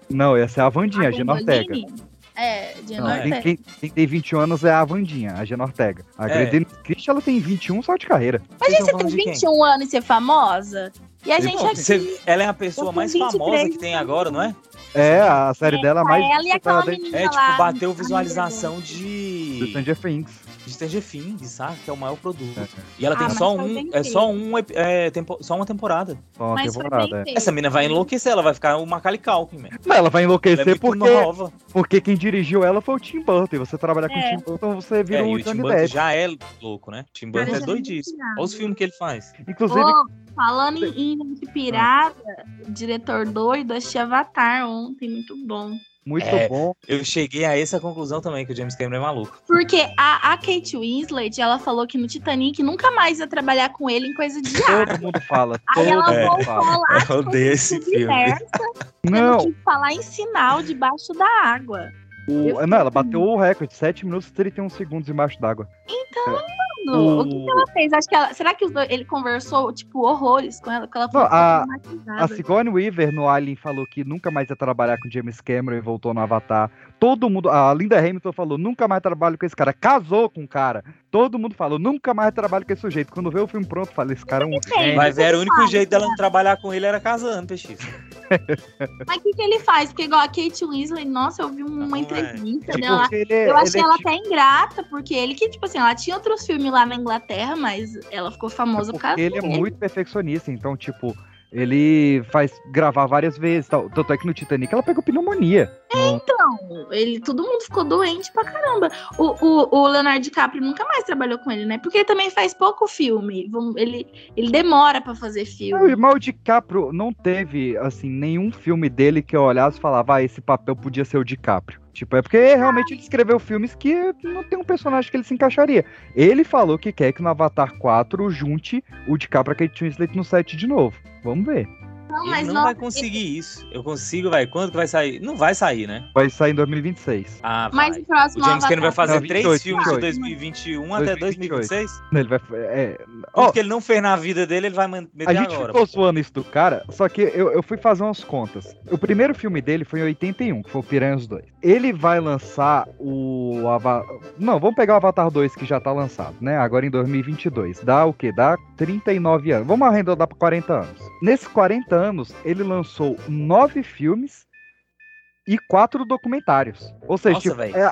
[SPEAKER 2] Não, essa é a
[SPEAKER 1] Ah,
[SPEAKER 2] Vandinha, a, a Jana
[SPEAKER 1] Gwendoline?
[SPEAKER 2] Ortega.
[SPEAKER 1] É, de
[SPEAKER 2] Não,
[SPEAKER 1] Norte.
[SPEAKER 2] Ah, quem, quem- quem tem 21 anos é a Vandinha, a Gena Ortega. A
[SPEAKER 3] É.
[SPEAKER 2] Gretchen Christian, ela tem 21 só de carreira.
[SPEAKER 3] Mas
[SPEAKER 1] Você tem 21 anos e ser famosa? E a gente aqui.
[SPEAKER 3] Ela é a
[SPEAKER 1] Eu
[SPEAKER 3] pessoa
[SPEAKER 1] com
[SPEAKER 3] mais
[SPEAKER 1] 23
[SPEAKER 3] famosa que tem agora, não é?
[SPEAKER 2] É, a série dela é mais.
[SPEAKER 1] Ela e aquela
[SPEAKER 2] ela tem-
[SPEAKER 1] menina
[SPEAKER 3] É,
[SPEAKER 1] lá. tá
[SPEAKER 3] tipo, bateu
[SPEAKER 1] a
[SPEAKER 3] visualização
[SPEAKER 2] do
[SPEAKER 3] de,
[SPEAKER 2] Stranger Things.
[SPEAKER 3] de Stranger Things, sabe? Que é o maior produto.
[SPEAKER 2] É,
[SPEAKER 3] E ela
[SPEAKER 1] Ah,
[SPEAKER 3] tem
[SPEAKER 1] mas
[SPEAKER 3] só
[SPEAKER 1] foi bem
[SPEAKER 3] um, é só um, ep- é, tempo- só uma temporada.
[SPEAKER 2] Só uma
[SPEAKER 1] Mas foi
[SPEAKER 2] temporada.
[SPEAKER 1] bem
[SPEAKER 2] é.
[SPEAKER 1] feito.
[SPEAKER 3] Essa mina vai enlouquecer, ela vai ficar o Macaulay Culkin, man.
[SPEAKER 2] Mas ela vai
[SPEAKER 3] Ela é
[SPEAKER 2] enlouquecer
[SPEAKER 3] muito
[SPEAKER 2] porque,
[SPEAKER 3] nova.
[SPEAKER 2] porque quem dirigiu ela foi o Tim Burton. E você trabalhar com o
[SPEAKER 1] É.
[SPEAKER 2] Tim Burton, você
[SPEAKER 3] É, e
[SPEAKER 2] vira o
[SPEAKER 3] o Tim
[SPEAKER 2] Johnny
[SPEAKER 3] Burton
[SPEAKER 2] Depp.
[SPEAKER 3] já é louco, né? Tim Burton
[SPEAKER 1] Cara,
[SPEAKER 3] é
[SPEAKER 1] já
[SPEAKER 3] doidíssimo.
[SPEAKER 1] pirada.
[SPEAKER 3] Olha os filmes que ele faz.
[SPEAKER 2] Inclusive,
[SPEAKER 1] Ô, falando em, em gente
[SPEAKER 2] Ah.
[SPEAKER 1] pirada, diretor doido, achei Avatar ontem, muito bom.
[SPEAKER 2] muito
[SPEAKER 3] É.
[SPEAKER 2] bom.
[SPEAKER 3] Eu cheguei a essa conclusão também, que o James Cameron é maluco.
[SPEAKER 1] Porque a, a Kate Winslet, ela falou que no Titanic nunca mais ia trabalhar com ele em coisa de água.
[SPEAKER 2] Todo mundo fala.
[SPEAKER 1] Aí
[SPEAKER 2] Todo
[SPEAKER 1] ela
[SPEAKER 3] É.
[SPEAKER 2] mundo
[SPEAKER 1] voltou
[SPEAKER 2] fala.
[SPEAKER 1] lá,
[SPEAKER 3] Eu odeio esse filme.
[SPEAKER 1] submersa,
[SPEAKER 2] Não,
[SPEAKER 1] tendo que falar em sinal debaixo da água.
[SPEAKER 2] o-
[SPEAKER 1] Eu
[SPEAKER 2] não, ela bateu o recorde, 7 minutos e 31 segundos embaixo d'água. É.
[SPEAKER 1] Então, mano, o que
[SPEAKER 2] O-
[SPEAKER 1] ela fez? Acho que ela- será que os dois- ele conversou, tipo, horrores com ela? Que ela foi
[SPEAKER 2] Não, a-
[SPEAKER 1] traumatizada.
[SPEAKER 2] A Sigourney Weaver no Alien falou que nunca mais ia trabalhar com James Cameron e voltou no Avatar. Todo mundo, a Linda Hamilton falou, nunca mais trabalho com esse cara. Casou com o cara. Todo mundo falou, nunca mais trabalho com esse sujeito. Quando vê o filme pronto, fala, esse cara é um gênio.
[SPEAKER 3] Vai ver, o único jeito dela não trabalhar com ele era casando, peixe.
[SPEAKER 1] Mas o que, que ele faz? Porque igual a Kate Winslet, nossa, eu vi uma
[SPEAKER 3] Não, é.
[SPEAKER 1] entrevista
[SPEAKER 2] Tipo,
[SPEAKER 1] dela.
[SPEAKER 2] porque ele é-
[SPEAKER 1] Eu achei
[SPEAKER 2] ele é
[SPEAKER 1] ela
[SPEAKER 2] tipo-
[SPEAKER 1] até ingrata, porque ele que, tipo assim, ela tinha outros filmes lá na Inglaterra, mas ela ficou famosa por
[SPEAKER 2] porque
[SPEAKER 1] causa
[SPEAKER 2] ele é
[SPEAKER 1] dele.
[SPEAKER 2] muito perfeccionista, então, tipo, ele faz gravar várias vezes. Tal. Tanto é que no Titanic ela pegou pneumonia.
[SPEAKER 1] Então, ele, todo mundo ficou doente pra caramba. O, o, o Leonardo DiCaprio nunca mais trabalhou com ele, né? Porque ele também faz pouco filme. Vamos- Ele, ele demora pra fazer
[SPEAKER 2] É, O
[SPEAKER 1] filme.
[SPEAKER 2] irmão DiCaprio não teve, assim, nenhum filme dele que eu olhasse e falava, ah, esse papel podia ser o DiCaprio. Tipo, é porque realmente ele escreveu filmes que não tem um personagem que ele se encaixaria. Ele falou que quer que no Avatar 4 junte o DiCaprio e a Kate Winslet no set de novo. Vamos ver.
[SPEAKER 1] geração
[SPEAKER 3] Ele
[SPEAKER 1] mais
[SPEAKER 3] não
[SPEAKER 1] nova.
[SPEAKER 3] vai conseguir isso. Eu consigo, vai. Quando que vai sair? Não vai sair, né?
[SPEAKER 2] Vai sair em 2026.
[SPEAKER 3] Ah, vai.
[SPEAKER 1] Mas o próximo
[SPEAKER 3] O James Cameron vai
[SPEAKER 1] Avatar-
[SPEAKER 3] fazer
[SPEAKER 2] Não,
[SPEAKER 3] três
[SPEAKER 2] 28,
[SPEAKER 3] filmes de
[SPEAKER 2] 28.
[SPEAKER 3] 2021 até
[SPEAKER 2] 2028.
[SPEAKER 3] 2026?
[SPEAKER 2] Ele vai. É,
[SPEAKER 3] Tudo
[SPEAKER 2] Ó.
[SPEAKER 3] que ele não fez na vida dele, ele vai man- meter
[SPEAKER 2] A gente
[SPEAKER 3] agora.
[SPEAKER 2] ficou zoando isso do cara, só que eu, eu fui fazer umas contas. O primeiro filme dele foi em 81, que foi o Piranhas 2. Ele vai lançar o Avatar... Não, vamos pegar o Avatar 2, que já tá lançado, né? Agora em 2022. Dá o quê? Dá 39 anos. Vamos arredondar pra 40 anos. Nesses 40 anos, ele lançou nove filmes e quatro documentários. Ou seja,
[SPEAKER 3] Nossa,
[SPEAKER 2] tipo,
[SPEAKER 3] véi.
[SPEAKER 2] é,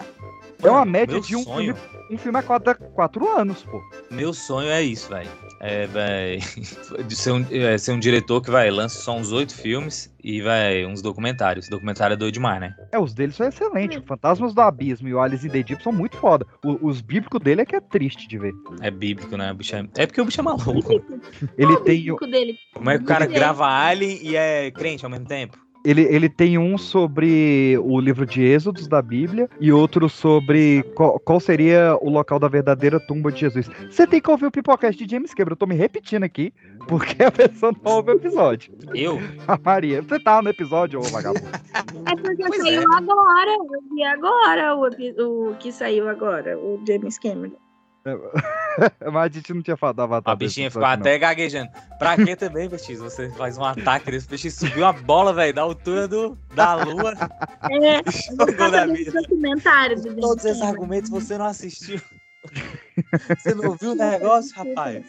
[SPEAKER 2] é uma média
[SPEAKER 3] meu
[SPEAKER 2] de um
[SPEAKER 3] sonho,
[SPEAKER 2] filme, um filme a cada quatro anos, pô.
[SPEAKER 3] Meu sonho é isso, velho. É, véi, de ser, um, é, ser um diretor que vai lança só uns oito filmes e vai uns documentários. Documentário é doido demais, né?
[SPEAKER 2] É, os dele são excelentes. O Fantasmas do Abismo e o Alice in the Deep são muito foda. O- os bíblicos dele é que é triste de ver.
[SPEAKER 3] É bíblico, né? O bicho é... é porque o bicho é maluco.
[SPEAKER 2] Ele
[SPEAKER 1] Qual o
[SPEAKER 2] tem, o-
[SPEAKER 1] bico dele?
[SPEAKER 3] Como é que o cara
[SPEAKER 1] Ele é.
[SPEAKER 3] grava Alien e é crente ao mesmo tempo?
[SPEAKER 2] ele, ele tem um sobre o livro de Êxodos da Bíblia e outro sobre qual, qual seria o local da verdadeira tumba de Jesus. Você tem que ouvir o Pipocast de James Quebra. Eu tô me repetindo aqui, porque a pessoa não ouve o episódio.
[SPEAKER 3] Eu?
[SPEAKER 2] A Maria, você tá no episódio, ô vagabundo.
[SPEAKER 1] É porque
[SPEAKER 3] Pois
[SPEAKER 1] saiu
[SPEAKER 3] é.
[SPEAKER 1] agora. Eu vi agora o, epi- o que saiu agora, o James Cameron.
[SPEAKER 2] Mas a gente não tinha falado da Avatar.
[SPEAKER 3] A bichinha
[SPEAKER 2] desse
[SPEAKER 3] ficou
[SPEAKER 2] episódio,
[SPEAKER 3] até gaguejando. Pra que também, Peixe? Você faz um ataque desse peixe, subiu uma bola, velho, da altura do, da lua.
[SPEAKER 1] É,
[SPEAKER 3] e jogou
[SPEAKER 1] eu
[SPEAKER 3] na
[SPEAKER 1] tava vendo
[SPEAKER 3] mesa.
[SPEAKER 1] esse documentário do James
[SPEAKER 3] Todos esses
[SPEAKER 1] Cameron.
[SPEAKER 3] argumentos você não assistiu. Você não viu o negócio, rapaz?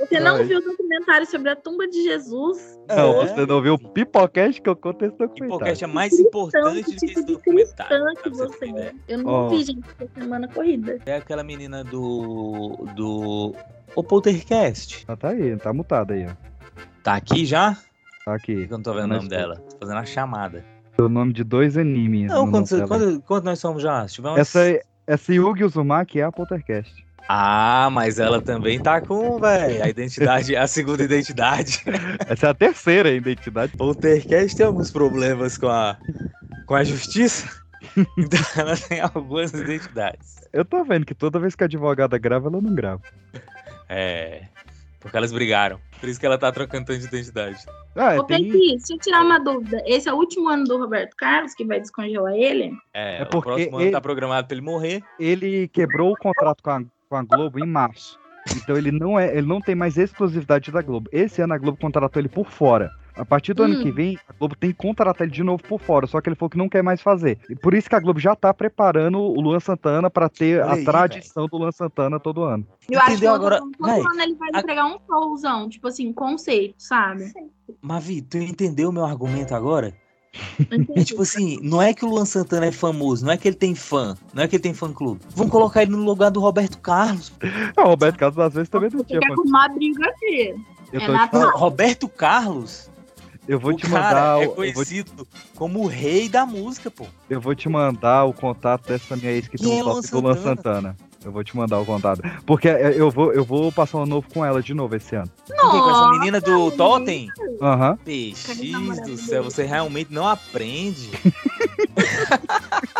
[SPEAKER 1] Você não
[SPEAKER 2] Ai.
[SPEAKER 1] viu o documentário sobre a tumba de Jesus? Então,
[SPEAKER 2] Não,
[SPEAKER 3] É.
[SPEAKER 2] você não viu o Pipocast que eu contei esse
[SPEAKER 3] Que
[SPEAKER 2] documentário.
[SPEAKER 3] podcast é mais importante
[SPEAKER 1] Tanto
[SPEAKER 3] do que
[SPEAKER 1] tipo
[SPEAKER 3] esse
[SPEAKER 1] de cristã
[SPEAKER 3] documentário.
[SPEAKER 1] que
[SPEAKER 3] pra você né? ter
[SPEAKER 1] você
[SPEAKER 3] ideia.
[SPEAKER 1] é. Eu não
[SPEAKER 2] Ó.
[SPEAKER 1] vi, gente, essa semana corrida.
[SPEAKER 3] É aquela menina do. do. O Poltercast.
[SPEAKER 2] Ah, tá aí, tá mutado aí, ó.
[SPEAKER 3] Tá aqui já?
[SPEAKER 2] Tá aqui.
[SPEAKER 3] Eu não tô vendo o
[SPEAKER 2] Mas
[SPEAKER 3] nome
[SPEAKER 2] tô-
[SPEAKER 3] dela. Tô fazendo a chamada.
[SPEAKER 2] O nome de dois animes.
[SPEAKER 3] Não,
[SPEAKER 2] no
[SPEAKER 3] quando,
[SPEAKER 2] nome dela.
[SPEAKER 3] quando, quando nós somos já? Se tiver uns-
[SPEAKER 2] Essa, essa Yugi Uzumaki é a Poltercast.
[SPEAKER 3] Ah, mas ela também tá com, velho, a identidade, a segunda identidade.
[SPEAKER 2] Essa é a terceira identidade.
[SPEAKER 3] Poltercast tem alguns problemas com a, com a justiça. Então ela tem algumas identidades.
[SPEAKER 2] Eu tô vendo que toda vez que a advogada grava, ela não grava.
[SPEAKER 3] É. Porque elas brigaram. Por isso que ela tá trocando tanta identidade.
[SPEAKER 2] Ah, é,
[SPEAKER 1] Ô,
[SPEAKER 2] tem...
[SPEAKER 1] Pequi, deixa eu tirar uma dúvida. Esse é o último ano do Roberto Carlos que vai descongelar ele?
[SPEAKER 3] É,
[SPEAKER 2] É
[SPEAKER 3] o
[SPEAKER 2] porque
[SPEAKER 3] próximo ano
[SPEAKER 2] ele-
[SPEAKER 3] tá programado pra ele morrer.
[SPEAKER 2] ele quebrou o contrato com a, com a Globo em março. Então ele não, é, ele não tem mais exclusividade da Globo. Esse ano a Globo contratou ele por fora. A partir do ano
[SPEAKER 1] Hum.
[SPEAKER 2] que vem, a Globo tem que contratar ele de novo por fora, só que ele falou que não quer mais fazer. E por isso que a Globo já tá preparando o Luan Santana pra ter
[SPEAKER 3] Olha
[SPEAKER 2] a
[SPEAKER 3] aí,
[SPEAKER 2] tradição do Luan Santana todo ano.
[SPEAKER 1] Eu acho que
[SPEAKER 3] Entendeu
[SPEAKER 1] o
[SPEAKER 3] agora?
[SPEAKER 1] Todo
[SPEAKER 3] Véi,
[SPEAKER 1] ano ele vai
[SPEAKER 3] a-
[SPEAKER 1] entregar um showzão, tipo assim, conceito, sabe?
[SPEAKER 3] Mavi, tu entendeu o meu argumento agora? É
[SPEAKER 1] Entendi.
[SPEAKER 3] tipo assim, não é que o Luan Santana é famoso, não é que ele tem fã, não é que ele tem fã clube. Vamos colocar ele no lugar do Roberto Carlos.
[SPEAKER 2] Ah, O Roberto Carlos às vezes também não
[SPEAKER 1] Tem
[SPEAKER 2] tinha.
[SPEAKER 1] que
[SPEAKER 2] mano.
[SPEAKER 1] arrumar briga aqui.
[SPEAKER 2] Eu,
[SPEAKER 1] é
[SPEAKER 2] tô
[SPEAKER 1] na
[SPEAKER 2] te falando,
[SPEAKER 3] Roberto Carlos?
[SPEAKER 2] eu vou
[SPEAKER 3] o
[SPEAKER 2] te
[SPEAKER 3] cara
[SPEAKER 2] mandar.
[SPEAKER 3] é
[SPEAKER 2] o- eu, vou, te-
[SPEAKER 3] conhecido como o rei da música, pô.
[SPEAKER 2] eu vou te mandar o contato dessa minha ex que
[SPEAKER 3] Quem
[SPEAKER 2] tem
[SPEAKER 3] é
[SPEAKER 2] um
[SPEAKER 3] Luan
[SPEAKER 2] top do Luan Santana. Eu vou te mandar o contato. Porque é, eu vou, eu vou passar um novo com ela de novo esse ano.
[SPEAKER 3] Por quê? Com essa
[SPEAKER 1] Nossa,
[SPEAKER 3] menina do Totem?
[SPEAKER 2] Aham.
[SPEAKER 3] PX
[SPEAKER 1] namorado
[SPEAKER 3] do céu,
[SPEAKER 1] dele.
[SPEAKER 3] você realmente não aprende.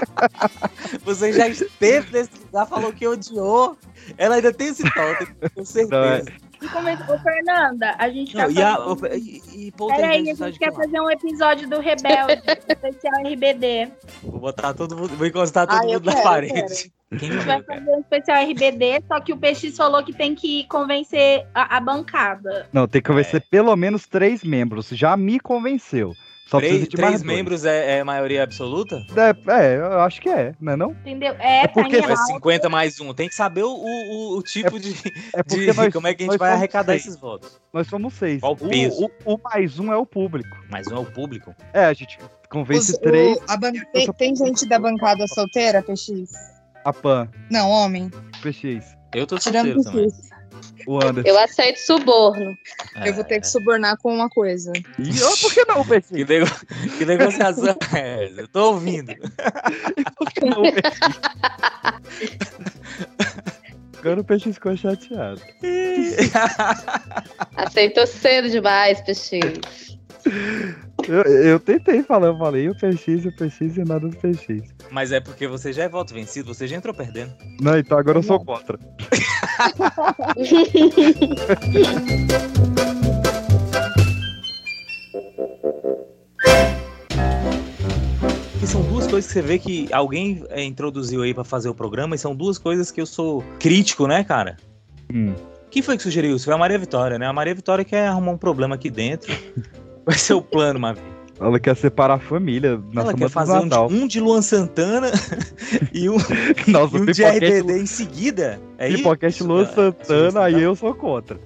[SPEAKER 3] você já esteve nesse lugar, falou que odiou. Ela ainda tem esse totem,
[SPEAKER 2] é.
[SPEAKER 3] com certeza.
[SPEAKER 1] E como é que- Ô, Fernanda, a gente tá
[SPEAKER 3] Não, e a.
[SPEAKER 1] falando-
[SPEAKER 3] E, e, e
[SPEAKER 1] Peraí, a
[SPEAKER 3] Poltergeist,
[SPEAKER 1] gente
[SPEAKER 3] sabe
[SPEAKER 1] quer
[SPEAKER 3] de que lá?
[SPEAKER 1] fazer um episódio do Rebelde, especial RBD.
[SPEAKER 3] Vou botar todo mundo. Vou encostar todo
[SPEAKER 1] Ah, eu
[SPEAKER 3] mundo na
[SPEAKER 1] quero,
[SPEAKER 3] parede. Quem
[SPEAKER 1] A gente
[SPEAKER 3] vai
[SPEAKER 1] vai fazer um especial RBD, só que o PX falou que tem que convencer a, a bancada.
[SPEAKER 2] Não, tem que convencer
[SPEAKER 3] É.
[SPEAKER 2] pelo menos três membros. Já me convenceu. Só
[SPEAKER 3] Três,
[SPEAKER 2] precisa de
[SPEAKER 3] três
[SPEAKER 2] mais um. dois.
[SPEAKER 3] membros é, é maioria absoluta?
[SPEAKER 2] É, é, eu acho que é, não é não?
[SPEAKER 1] Entendeu? É,
[SPEAKER 2] É
[SPEAKER 1] tá
[SPEAKER 2] porque-
[SPEAKER 1] em
[SPEAKER 3] Vai
[SPEAKER 1] alta.
[SPEAKER 3] 50 mais um. Tem que saber o, o, o tipo de,
[SPEAKER 2] É
[SPEAKER 3] de-
[SPEAKER 2] porque nós,
[SPEAKER 3] como é que a
[SPEAKER 2] nós
[SPEAKER 3] gente vai
[SPEAKER 2] somos
[SPEAKER 3] arrecadar
[SPEAKER 2] seis.
[SPEAKER 3] esses votos.
[SPEAKER 2] nós somos seis.
[SPEAKER 3] Qual o peso?
[SPEAKER 2] O, o mais um é o público.
[SPEAKER 3] Mais um é o público.
[SPEAKER 2] É, a gente convence
[SPEAKER 5] Os- o-
[SPEAKER 2] três,
[SPEAKER 5] a ban- tem, tem gente da bancada solteira, PX?
[SPEAKER 2] a Pan,
[SPEAKER 5] Não, homem.
[SPEAKER 2] PX,
[SPEAKER 3] Eu tô solteiro
[SPEAKER 5] Tirando
[SPEAKER 3] também.
[SPEAKER 5] PX.
[SPEAKER 2] o Anderson.
[SPEAKER 6] Eu aceito suborno.
[SPEAKER 5] Eu vou ter
[SPEAKER 3] É.
[SPEAKER 5] que subornar com uma coisa.
[SPEAKER 2] E, ó, por que não, PX?
[SPEAKER 3] Que, nego- que negociação é essa? Eu tô ouvindo.
[SPEAKER 2] Por que não, PX? Agora o PX ficou chateado.
[SPEAKER 6] Aceitou cedo demais, PX.
[SPEAKER 2] Eu, eu tentei falar, eu falei o PX, o PX e nada do PX.
[SPEAKER 3] Mas é porque você já é voto vencido, você já entrou perdendo.
[SPEAKER 2] Não, então agora eu sou contra.
[SPEAKER 3] Que são duas coisas que você vê que alguém é, introduziu aí pra fazer o programa e são duas coisas que eu sou crítico, né, cara?
[SPEAKER 2] Hum.
[SPEAKER 3] Quem foi que sugeriu isso? Foi a Maria Vitória, né? A Maria Vitória quer arrumar um problema aqui dentro. Vai ser o plano, Mavi.
[SPEAKER 2] Ela quer separar a família
[SPEAKER 3] Ela
[SPEAKER 2] na semana
[SPEAKER 3] quer
[SPEAKER 2] do
[SPEAKER 3] fazer um de,
[SPEAKER 2] Natal.
[SPEAKER 3] um de Luan Santana e um,
[SPEAKER 2] Nossa,
[SPEAKER 3] e um de
[SPEAKER 2] Pipocast,
[SPEAKER 3] RBD em seguida. É né? isso?
[SPEAKER 2] Pipocast Luan
[SPEAKER 3] cara?
[SPEAKER 2] Santana, aí eu sou contra.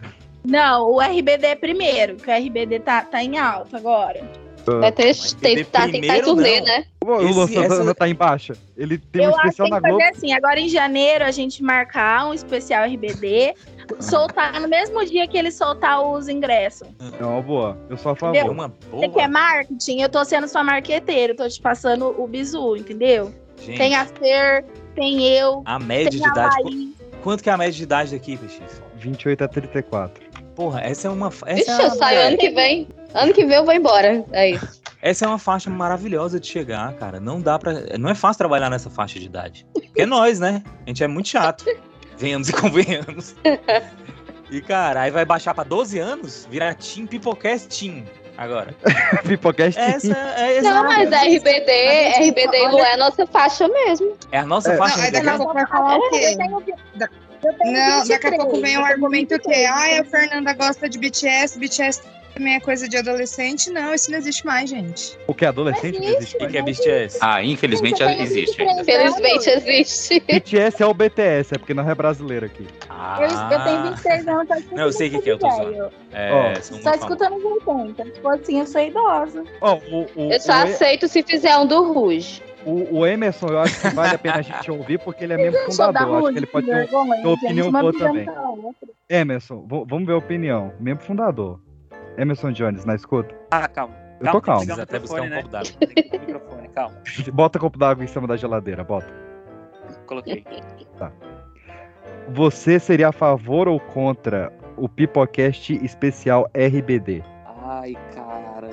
[SPEAKER 1] Não, o RBD é primeiro, que o RBD tá, tá em alta agora.
[SPEAKER 6] Vai ter,
[SPEAKER 3] mas
[SPEAKER 6] tem,
[SPEAKER 3] de
[SPEAKER 6] tá, tem que tá em
[SPEAKER 3] primeiro,
[SPEAKER 6] turnê,
[SPEAKER 3] não.
[SPEAKER 6] né?
[SPEAKER 2] O Luan
[SPEAKER 3] Esse-
[SPEAKER 2] Santana
[SPEAKER 3] essa-
[SPEAKER 2] tá em baixa. Ele tem um
[SPEAKER 1] eu acho que
[SPEAKER 2] especial
[SPEAKER 1] tem
[SPEAKER 2] na
[SPEAKER 1] que
[SPEAKER 2] Globo.
[SPEAKER 1] fazer assim, agora em janeiro a gente marcar um especial RBD,
[SPEAKER 2] Ah.
[SPEAKER 1] soltar no mesmo dia que ele soltar os ingressos.
[SPEAKER 2] É uma boa. Eu sou a favor.
[SPEAKER 3] É
[SPEAKER 1] Entendeu?
[SPEAKER 3] uma
[SPEAKER 1] Você
[SPEAKER 3] boa.
[SPEAKER 1] quer marketing? Eu tô sendo sua marqueteira, eu tô te passando o bizu, entendeu?
[SPEAKER 3] Gente,
[SPEAKER 1] Tem a Fer, tem eu,
[SPEAKER 3] a média
[SPEAKER 1] tem
[SPEAKER 3] de
[SPEAKER 1] a
[SPEAKER 3] idade.
[SPEAKER 1] Laís.
[SPEAKER 3] qu- Quanto que é a média de idade daqui, PX?
[SPEAKER 2] 28 a 34.
[SPEAKER 3] Porra, essa é uma. fa- Essa
[SPEAKER 6] Ixi,
[SPEAKER 3] é
[SPEAKER 6] eu
[SPEAKER 3] uma-
[SPEAKER 6] saio ano que vem. Ano que vem eu vou embora. É isso.
[SPEAKER 3] Essa é uma faixa maravilhosa de chegar, cara. Não dá para, não é fácil trabalhar nessa faixa de idade. Porque é nós, né? A gente é muito chato. Venhamos e convenhamos. E cara, aí vai baixar pra 12 anos, virar Team Pipocast Team agora.
[SPEAKER 2] Pipocast.
[SPEAKER 3] Essa é essa
[SPEAKER 6] Não, mas é RBD,
[SPEAKER 1] A gente-
[SPEAKER 6] RBD e Lué é nossa faixa mesmo.
[SPEAKER 3] é a nossa
[SPEAKER 2] É.
[SPEAKER 3] faixa
[SPEAKER 5] Não,
[SPEAKER 3] de
[SPEAKER 5] aí daqui a
[SPEAKER 3] idade.
[SPEAKER 5] pouco vai falar o quê?
[SPEAKER 1] Eu tenho vi- eu tenho
[SPEAKER 5] Não, daqui a
[SPEAKER 1] 23,
[SPEAKER 5] pouco vem um
[SPEAKER 1] eu tenho
[SPEAKER 5] argumento que,
[SPEAKER 1] 23.
[SPEAKER 5] ai, a Fernanda gosta de BTS, BTS também é coisa de adolescente. Não, isso não existe mais, gente.
[SPEAKER 2] O que é adolescente?
[SPEAKER 1] Mas
[SPEAKER 2] Não existe
[SPEAKER 3] O que
[SPEAKER 2] mais.
[SPEAKER 3] que é BTS?
[SPEAKER 7] Ah, infelizmente
[SPEAKER 1] Gente, eu tenho
[SPEAKER 7] existe
[SPEAKER 1] 23
[SPEAKER 7] ainda.
[SPEAKER 3] é um
[SPEAKER 6] Felizmente
[SPEAKER 1] anos.
[SPEAKER 6] existe.
[SPEAKER 2] BTS é o BTS, é porque nós é brasileiro aqui.
[SPEAKER 1] Eu, eu tenho 23 anos, tá escutando
[SPEAKER 3] Ah. Não, eu sei o que que é, eu tô
[SPEAKER 1] tudo
[SPEAKER 3] zoando.
[SPEAKER 1] velho.
[SPEAKER 3] É,
[SPEAKER 2] Ó,
[SPEAKER 3] são muito
[SPEAKER 1] Só
[SPEAKER 3] famosos.
[SPEAKER 1] escutando os 80. Tipo assim, eu sou idosa.
[SPEAKER 2] Ó, o, o,
[SPEAKER 6] Eu só
[SPEAKER 2] o E-
[SPEAKER 6] aceito se fizer um do Ruge.
[SPEAKER 2] o- o Emerson, eu acho que vale a pena a gente ouvir, porque ele é mesmo
[SPEAKER 1] Eu sou da
[SPEAKER 2] fundador. Acho
[SPEAKER 1] Ruth,
[SPEAKER 2] que ele pode
[SPEAKER 1] que
[SPEAKER 2] ter.
[SPEAKER 1] vergonha,
[SPEAKER 2] ter opinião
[SPEAKER 1] gente, uma
[SPEAKER 2] boa
[SPEAKER 1] briga
[SPEAKER 2] também.
[SPEAKER 1] na outra.
[SPEAKER 2] Emerson, v- vamos ver a opinião. Membro fundador. Emerson Jones, na escuta.
[SPEAKER 8] Ah, calma.
[SPEAKER 2] Eu tô
[SPEAKER 3] Calma,
[SPEAKER 2] calmo.
[SPEAKER 3] precisa até buscar um
[SPEAKER 8] né?
[SPEAKER 3] copo d'água.
[SPEAKER 8] Tem que ter um microfone, calma.
[SPEAKER 2] Bota copo d'água em cima da geladeira, bota.
[SPEAKER 8] Coloquei.
[SPEAKER 2] Você seria a favor ou contra o Pipocast especial RBD?
[SPEAKER 8] Ai, cara.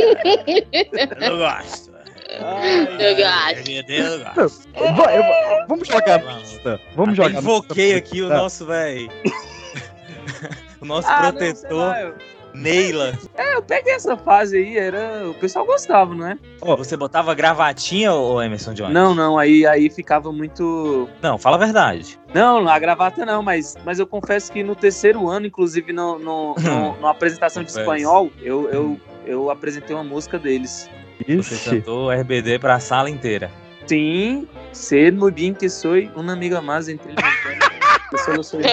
[SPEAKER 3] Eu gosto.
[SPEAKER 6] Eu gosto.
[SPEAKER 3] Meu Deus, eu gosto.
[SPEAKER 2] Va- eu- vamos jogar na pista. Então, Vamos
[SPEAKER 3] É. Até
[SPEAKER 2] jogar. na
[SPEAKER 3] Invoquei
[SPEAKER 2] pista.
[SPEAKER 3] aqui o
[SPEAKER 2] Tá.
[SPEAKER 3] nosso, velho. o nosso
[SPEAKER 8] Ah, não, sei
[SPEAKER 3] protetor,
[SPEAKER 8] lá, eu-
[SPEAKER 3] Neila.
[SPEAKER 8] É, eu peguei essa fase aí, era. O pessoal gostava, não é?
[SPEAKER 3] Você botava gravatinha, ô Emerson Jones?
[SPEAKER 8] Não, não, aí, aí ficava muito.
[SPEAKER 3] Não, fala a verdade.
[SPEAKER 8] Não, a gravata não, mas, mas eu confesso que no terceiro ano, inclusive no, no, no- numa apresentação de
[SPEAKER 3] Confesso.
[SPEAKER 8] espanhol, eu, eu, eu apresentei uma música deles.
[SPEAKER 3] Você tá-
[SPEAKER 2] Ixi,
[SPEAKER 3] cantou RBD pra sala inteira.
[SPEAKER 8] Sim, ser muy bien que soy una amiga más entre eles. Eu sou- eu sou- eu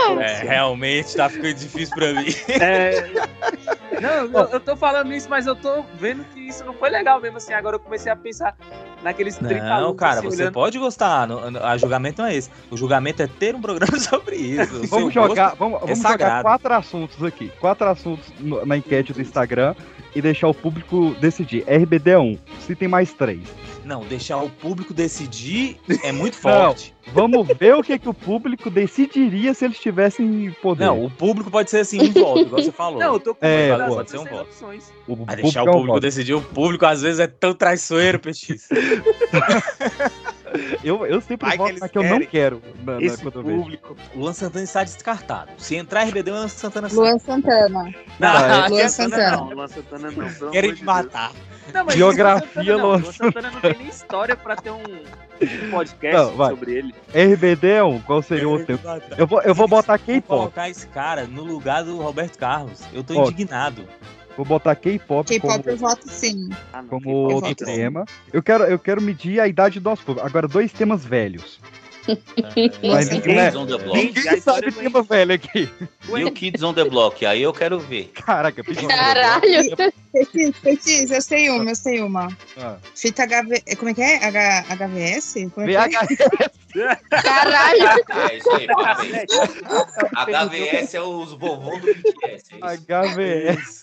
[SPEAKER 8] sou-
[SPEAKER 3] É, realmente tá ficando difícil pra mim.
[SPEAKER 8] É. Não, eu, eu tô falando isso, mas eu tô vendo que isso não foi legal mesmo, assim. Agora eu comecei a pensar naqueles 30
[SPEAKER 3] Não,
[SPEAKER 8] alunos,
[SPEAKER 3] cara,
[SPEAKER 8] assim,
[SPEAKER 3] você
[SPEAKER 8] olhando.
[SPEAKER 3] pode gostar. No, no- a julgamento não é esse. O julgamento é ter um programa sobre isso. O seu
[SPEAKER 2] vamos jogar,
[SPEAKER 3] gosto-
[SPEAKER 2] vamos, vamos jogar
[SPEAKER 3] é sagrado.
[SPEAKER 2] quatro assuntos aqui. Quatro assuntos no- na enquete do Instagram e deixar o público decidir. RBD é um. Se tem mais três.
[SPEAKER 3] Não, deixar o público decidir é muito forte.
[SPEAKER 2] Vamos ver o que, que o público decidiria se eles tivessem poder.
[SPEAKER 3] Não, o público pode ser assim, um voto, igual você falou.
[SPEAKER 8] Não, eu tô com
[SPEAKER 2] É,
[SPEAKER 8] vontade
[SPEAKER 3] boa.
[SPEAKER 8] de
[SPEAKER 3] Pode ser um
[SPEAKER 8] fazer
[SPEAKER 3] voto.
[SPEAKER 8] opções.
[SPEAKER 2] o
[SPEAKER 3] Ah, deixar
[SPEAKER 2] é
[SPEAKER 3] o
[SPEAKER 2] um
[SPEAKER 3] público
[SPEAKER 2] voto.
[SPEAKER 3] decidir. O público às vezes é tão traiçoeiro, Petis.
[SPEAKER 2] Eu, eu sempre
[SPEAKER 3] Vai que
[SPEAKER 2] voto
[SPEAKER 3] eles
[SPEAKER 2] na que eu não
[SPEAKER 3] querem.
[SPEAKER 2] quero. na- na-
[SPEAKER 3] Esse
[SPEAKER 2] quando eu vejo.
[SPEAKER 3] público. O Luan Santana está descartado. Se entrar RBD, o Luan Santana sai.
[SPEAKER 5] Luan Santana.
[SPEAKER 3] Não,
[SPEAKER 2] Tá,
[SPEAKER 3] Luan
[SPEAKER 5] Luan Santana.
[SPEAKER 8] Não, Luan Santana não. pelo
[SPEAKER 3] Querem
[SPEAKER 8] amor
[SPEAKER 3] me
[SPEAKER 8] de
[SPEAKER 3] matar.
[SPEAKER 8] Deus. Não, mas
[SPEAKER 2] Biografia,
[SPEAKER 8] não,
[SPEAKER 2] Luan
[SPEAKER 8] Luan Santana não tem nem história pra ter um um podcast
[SPEAKER 2] Não, vai.
[SPEAKER 8] sobre ele.
[SPEAKER 2] RBD é um. Qual seria o
[SPEAKER 3] Querem
[SPEAKER 2] outro?
[SPEAKER 3] me matar.
[SPEAKER 2] Eu vou, eu vou botar
[SPEAKER 3] Vou
[SPEAKER 2] K-pop.
[SPEAKER 3] colocar esse cara no lugar do Roberto Carlos. Eu tô
[SPEAKER 2] Ó.
[SPEAKER 3] indignado.
[SPEAKER 2] Vou botar K-pop
[SPEAKER 5] K-pop eu
[SPEAKER 2] como,
[SPEAKER 5] voto sim.
[SPEAKER 8] Ah, não,
[SPEAKER 2] como
[SPEAKER 8] quem
[SPEAKER 2] outro
[SPEAKER 8] pode falar?
[SPEAKER 2] tema. Eu quero, eu quero medir a idade do nosso público. Agora, dois temas velhos. Mas é.
[SPEAKER 7] New
[SPEAKER 2] ninguém-
[SPEAKER 7] Kids on the Block.
[SPEAKER 8] Já
[SPEAKER 2] Ninguém
[SPEAKER 8] isso
[SPEAKER 2] sabe
[SPEAKER 8] também.
[SPEAKER 2] tema velho aqui.
[SPEAKER 7] New Kids on the Block, aí eu quero ver.
[SPEAKER 2] Caraca, pediu
[SPEAKER 6] Caralho.
[SPEAKER 5] Petis, Petis, eu sei uma, eu sei uma.
[SPEAKER 2] Ah.
[SPEAKER 5] Fita HV... Como é que é? H... HVS? Como é que é?
[SPEAKER 2] VHS.
[SPEAKER 6] Caralho.
[SPEAKER 7] É isso aí, parabéns.
[SPEAKER 8] HVS
[SPEAKER 7] HVS é os vovôs do BTS. é isso.
[SPEAKER 2] HVS.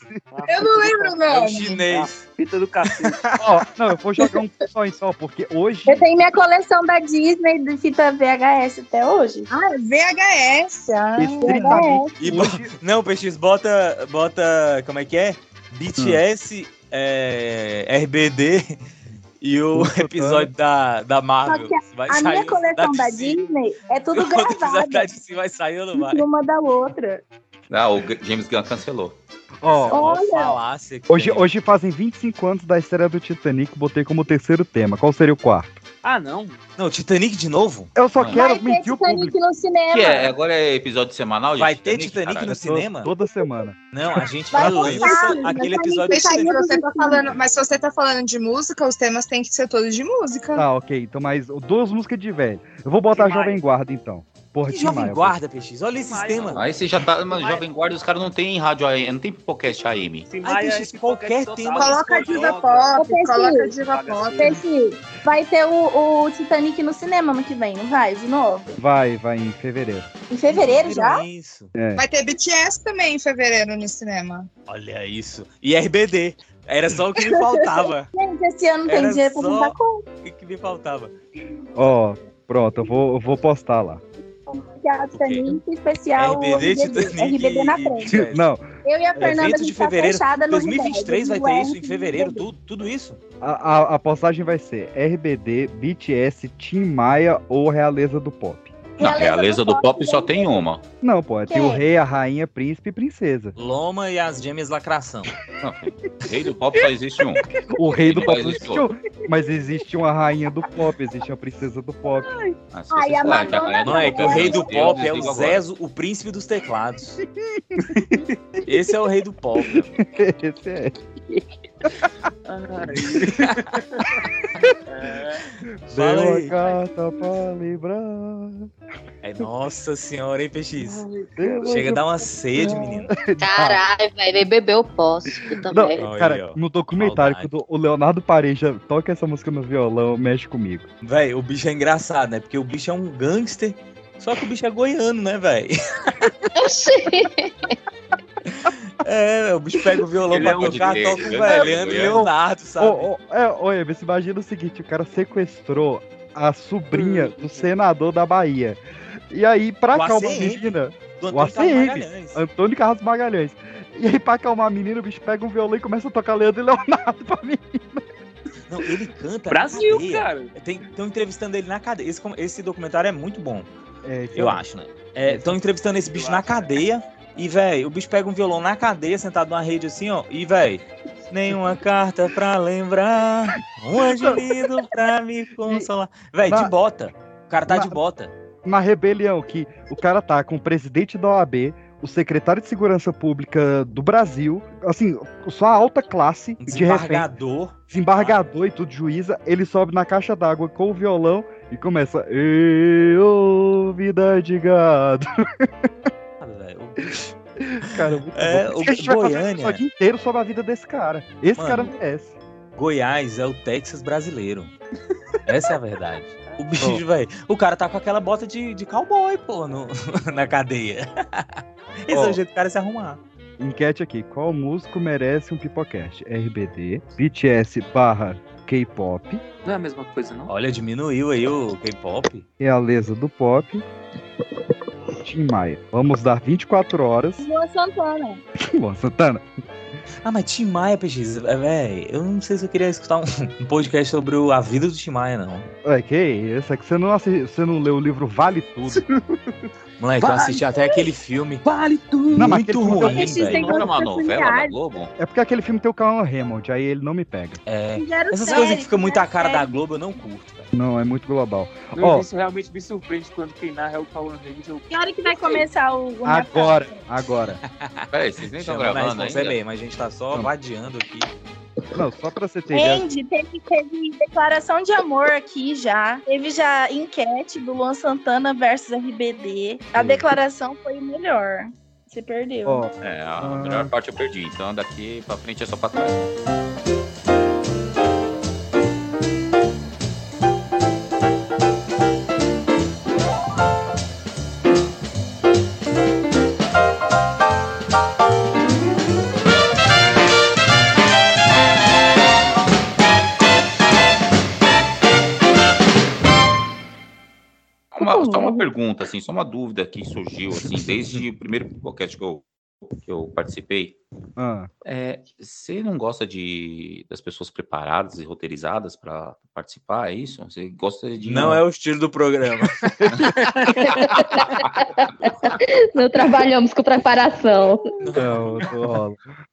[SPEAKER 5] Eu não lembro o
[SPEAKER 3] É o
[SPEAKER 5] nome.
[SPEAKER 3] chinês.
[SPEAKER 8] Fita do cacete.
[SPEAKER 2] Ó, não, eu vou jogar um só em só, porque hoje.
[SPEAKER 1] Eu tenho minha coleção da Disney de fita VHS até hoje.
[SPEAKER 5] Ah, VHS. Ah,
[SPEAKER 2] Estritamente.
[SPEAKER 3] E bo- Não, Petis, bota, bota. Como é que é?
[SPEAKER 2] Hum.
[SPEAKER 3] BTS, é, RBD e o
[SPEAKER 2] Luan Santana.
[SPEAKER 3] episódio da, da Marvel.
[SPEAKER 1] Só que
[SPEAKER 3] Vai
[SPEAKER 1] A minha
[SPEAKER 3] sair
[SPEAKER 1] coleção da
[SPEAKER 3] DC.
[SPEAKER 1] Disney é tudo
[SPEAKER 3] Quando o episódio
[SPEAKER 1] gravado.
[SPEAKER 3] da DC vai sair ou não vai?
[SPEAKER 1] Uma da outra.
[SPEAKER 7] Ah, o G- James Gunn cancelou.
[SPEAKER 2] Ó,
[SPEAKER 3] Ó,
[SPEAKER 6] Olha.
[SPEAKER 3] falácia que
[SPEAKER 2] hoje,
[SPEAKER 3] tem.
[SPEAKER 2] hoje fazem 25 anos da estreia do Titanic, botei como terceiro tema. Qual seria o quarto?
[SPEAKER 8] Ah, não.
[SPEAKER 3] Não, Titanic de novo?
[SPEAKER 2] Eu só
[SPEAKER 7] Vai
[SPEAKER 2] quero
[SPEAKER 1] Vai ter
[SPEAKER 2] mentir o público
[SPEAKER 1] Titanic no cinema.
[SPEAKER 7] Que é? Agora é episódio semanal?
[SPEAKER 3] Vai ter Titanic
[SPEAKER 7] caralho?
[SPEAKER 3] no cinema?
[SPEAKER 2] toda semana.
[SPEAKER 3] Não, a gente
[SPEAKER 1] Vai
[SPEAKER 3] lança
[SPEAKER 1] voltar,
[SPEAKER 3] aquele
[SPEAKER 1] Titanic
[SPEAKER 3] episódio.
[SPEAKER 1] vai
[SPEAKER 5] Deixa, se
[SPEAKER 1] Faria
[SPEAKER 5] você tá
[SPEAKER 1] tudo.
[SPEAKER 5] falando, mas se você tá falando de música, os temas têm que ser todos de música.
[SPEAKER 2] Tá, ok. Então, mais duas músicas de velho. Eu vou botar
[SPEAKER 8] Tim Maia.
[SPEAKER 2] Jovem Guarda, então. Porra,
[SPEAKER 3] Que
[SPEAKER 2] Tim
[SPEAKER 3] jovem
[SPEAKER 2] Maia, eu
[SPEAKER 3] guarda, PX. Olha esse
[SPEAKER 8] Mas-
[SPEAKER 3] sistema.
[SPEAKER 7] Aí você já tá. Mano, Jovem Guarda, os caras não tem rádio AM, não tem podcast AM.
[SPEAKER 8] Tim
[SPEAKER 3] Ai,
[SPEAKER 8] Maia
[SPEAKER 3] bicho,
[SPEAKER 8] é esse
[SPEAKER 3] qualquer
[SPEAKER 8] podcast
[SPEAKER 3] tema.
[SPEAKER 8] total,
[SPEAKER 5] Coloca a
[SPEAKER 8] só
[SPEAKER 5] diva
[SPEAKER 8] joga.
[SPEAKER 5] pop,
[SPEAKER 1] Ô,
[SPEAKER 5] coloca a
[SPEAKER 1] Pessi,
[SPEAKER 5] diva
[SPEAKER 8] paga
[SPEAKER 5] pop.
[SPEAKER 1] Esse, vai ter o, o Titanic no cinema ano que vem, não vai? De novo?
[SPEAKER 2] vou- Vai, vai em fevereiro.
[SPEAKER 1] Em fevereiro já?
[SPEAKER 3] Olha Isso.
[SPEAKER 5] Vai ter BTS também em fevereiro no cinema.
[SPEAKER 3] Olha isso. E RBD. Era só o que me faltava.
[SPEAKER 1] Gente, esse ano não tem
[SPEAKER 3] Era
[SPEAKER 1] dinheiro pra
[SPEAKER 3] só-
[SPEAKER 1] juntar com
[SPEAKER 3] o que me faltava.
[SPEAKER 2] Ó, pronto, eu vou, eu vou postar lá.
[SPEAKER 1] especial Titanic, especial
[SPEAKER 3] RBD, Titanic.
[SPEAKER 1] RBD na
[SPEAKER 3] e-
[SPEAKER 1] frente.
[SPEAKER 3] e-
[SPEAKER 2] Não,
[SPEAKER 1] Eu e a Fernanda, a
[SPEAKER 3] Evento
[SPEAKER 1] gente
[SPEAKER 3] de
[SPEAKER 1] tá
[SPEAKER 3] fevereiro.
[SPEAKER 1] fechada no
[SPEAKER 3] 2023 vai ter isso em
[SPEAKER 1] RBD.
[SPEAKER 3] fevereiro, tudo, tudo isso.
[SPEAKER 2] a, a- a postagem vai ser RBD, BTS, Tim Maia ou Realeza do Pop.
[SPEAKER 7] Na realeza do pop só tem uma.
[SPEAKER 2] Não, pô, é tem o
[SPEAKER 1] Quem?
[SPEAKER 2] rei, a rainha, príncipe e princesa.
[SPEAKER 3] Loma e as gêmeas lacração.
[SPEAKER 7] Não, rei do pop só existe um.
[SPEAKER 2] O rei do
[SPEAKER 7] Ele
[SPEAKER 2] pop
[SPEAKER 7] vai
[SPEAKER 2] não
[SPEAKER 7] existir
[SPEAKER 2] existe um, mas existe uma rainha do pop, existe uma princesa do pop.
[SPEAKER 7] Ah, se
[SPEAKER 1] Ai,
[SPEAKER 7] você
[SPEAKER 1] a
[SPEAKER 7] falar que a
[SPEAKER 1] Madonna
[SPEAKER 7] rainha do
[SPEAKER 3] Não, é
[SPEAKER 7] pop
[SPEAKER 3] que o rei do
[SPEAKER 7] existe, eu
[SPEAKER 3] pop é o
[SPEAKER 7] desligo agora.
[SPEAKER 3] Zezo, o príncipe dos teclados. Esse é o rei do pop.
[SPEAKER 2] Esse é. Deu
[SPEAKER 3] Fala
[SPEAKER 2] a
[SPEAKER 3] aí.
[SPEAKER 2] carta pra livrar.
[SPEAKER 3] É, nossa senhora, hein,
[SPEAKER 1] Ah,
[SPEAKER 3] PX?
[SPEAKER 2] Deu
[SPEAKER 3] Chega a
[SPEAKER 2] outra-
[SPEAKER 3] dar uma sede, menino.
[SPEAKER 6] Caralho, velho, bebeu o posso
[SPEAKER 2] Não,
[SPEAKER 6] também.
[SPEAKER 3] Olha aí,
[SPEAKER 2] cara,
[SPEAKER 3] ó.
[SPEAKER 2] no documentário,
[SPEAKER 3] Maldade.
[SPEAKER 2] quando o Leonardo Pareja toca essa música no violão, mexe comigo.
[SPEAKER 3] Véi, o bicho é engraçado, né? Porque o bicho é um gangster, só que o bicho é goiano, né, véi?
[SPEAKER 6] Eu sei.
[SPEAKER 3] É, o bicho pega o violão
[SPEAKER 7] Ele
[SPEAKER 3] pra
[SPEAKER 7] é um
[SPEAKER 3] tocar,
[SPEAKER 7] de-
[SPEAKER 3] toca
[SPEAKER 7] ele
[SPEAKER 3] um
[SPEAKER 7] é
[SPEAKER 3] velho,
[SPEAKER 7] um
[SPEAKER 3] Leandro e
[SPEAKER 7] goiano.
[SPEAKER 3] Leonardo, sabe?
[SPEAKER 2] Ô, ô, é, ô, Emerson, imagina o seguinte: o cara sequestrou a sobrinha do senador da Bahia. E aí, pra
[SPEAKER 3] O
[SPEAKER 2] acalmar a
[SPEAKER 3] ACM.
[SPEAKER 2] menina,
[SPEAKER 3] Do
[SPEAKER 2] o
[SPEAKER 3] Antônio
[SPEAKER 2] ACM.
[SPEAKER 3] Carlos Magalhães.
[SPEAKER 2] Antônio Carlos Magalhães. E aí, pra acalmar a menina, o bicho pega um violão e começa a tocar Leandro e Leonardo pra mim.
[SPEAKER 3] Não, ele canta. na
[SPEAKER 8] Brasil,
[SPEAKER 3] cadeia.
[SPEAKER 8] cara.
[SPEAKER 3] Estão entrevistando ele na cadeia. Esse, com- esse documentário é muito bom,
[SPEAKER 2] É,
[SPEAKER 3] eu acho, né? Estão entrevistando esse bicho na cadeia. E, velho, o bicho pega um violão na cadeia, sentado numa rede assim, ó. E, velho, nenhuma carta pra lembrar, um anjo lindo pra me consolar. Velho, de
[SPEAKER 2] Na-
[SPEAKER 3] bota. O cara tá
[SPEAKER 2] Na-
[SPEAKER 3] de bota.
[SPEAKER 2] Na rebelião, que o cara tá com o presidente da OAB, o secretário de Segurança Pública do Brasil, assim, só a alta classe
[SPEAKER 3] Um
[SPEAKER 2] de refém.
[SPEAKER 3] desembargador.
[SPEAKER 2] desembargador e tudo, juíza, ele sobe na caixa d'água com o violão e começa. "Ê, ô, vida de gado.
[SPEAKER 3] Ah, velho, o-
[SPEAKER 2] Cara, muito
[SPEAKER 3] É,
[SPEAKER 2] bom.
[SPEAKER 3] o
[SPEAKER 2] Isso que a gente vai fazer um
[SPEAKER 3] Goiânia-
[SPEAKER 2] episódio inteiro sobre a vida desse cara. Esse
[SPEAKER 3] Mano.
[SPEAKER 2] cara merece.
[SPEAKER 3] Goiás é o Texas brasileiro. Essa é a verdade. O bicho, velho. O cara tá com aquela bota de, de cowboy, pô, no- na cadeia. Esse é
[SPEAKER 2] Ó.
[SPEAKER 3] o jeito do cara se arrumar.
[SPEAKER 2] Enquete aqui. Qual músico merece um pipocast? RBD, BTS barra K-pop,
[SPEAKER 8] Não é a mesma coisa, não?
[SPEAKER 3] Olha, diminuiu aí o K-pop.
[SPEAKER 2] Realeza é do Pop. Tim Maia. Vamos dar 24 horas.
[SPEAKER 1] Luan Santana.
[SPEAKER 2] Luan Santana.
[SPEAKER 3] Ah, mas Tim Maia, PX, velho, eu não sei se eu queria escutar um, um podcast sobre o- a vida do Tim Maia, não.
[SPEAKER 2] Ué, que isso? É que você não, assi- você não leu o livro Vale Tudo.
[SPEAKER 3] Moleque, eu
[SPEAKER 8] Vai,
[SPEAKER 3] assisti até aquele filme.
[SPEAKER 8] Vale tudo.
[SPEAKER 2] Não, mas aquele
[SPEAKER 3] muito
[SPEAKER 2] filme
[SPEAKER 3] ruim,
[SPEAKER 1] PX tem
[SPEAKER 3] velho.
[SPEAKER 7] Não era uma novela da
[SPEAKER 1] Oportunidade.
[SPEAKER 7] Globo?
[SPEAKER 2] É porque aquele filme tem o Calan Raymond, aí ele não me pega.
[SPEAKER 3] É.
[SPEAKER 1] Fizeram
[SPEAKER 3] Essas
[SPEAKER 1] série,
[SPEAKER 3] coisas que ficam muito à cara da
[SPEAKER 1] fizeram
[SPEAKER 3] Globo, eu não curto, velho.
[SPEAKER 2] Não, é muito global.
[SPEAKER 8] Não,
[SPEAKER 2] Ó.
[SPEAKER 8] Isso realmente me surpreende quando quem narra é o Cauã Reis. Eu...
[SPEAKER 1] série. Que hora que vai começar o... o
[SPEAKER 2] Agora,
[SPEAKER 1] Natal?
[SPEAKER 2] agora.
[SPEAKER 7] Peraí, vocês nem estão
[SPEAKER 3] Chama na
[SPEAKER 7] gravando
[SPEAKER 3] resposta, é
[SPEAKER 7] ainda?
[SPEAKER 3] bem, mas a gente tá só
[SPEAKER 2] Não.
[SPEAKER 3] vadiando aqui.
[SPEAKER 2] Não, só pra você ter ideia.
[SPEAKER 1] Andy, teve, teve declaração de amor aqui já. Teve já enquete do Luan Santana versus RBD. A declaração foi melhor. Você perdeu.
[SPEAKER 2] Ó,
[SPEAKER 7] É, a melhor parte eu perdi. Então daqui pra frente é só pra trás. Uma, só uma pergunta, assim, só uma dúvida que surgiu, assim, desde o primeiro podcast que eu que eu participei,
[SPEAKER 2] Ah,
[SPEAKER 7] é, você não gosta de das pessoas preparadas e roteirizadas para participar, é isso? Você gosta de
[SPEAKER 3] Não é o estilo do programa.
[SPEAKER 6] Não trabalhamos com preparação.
[SPEAKER 2] não, não rola.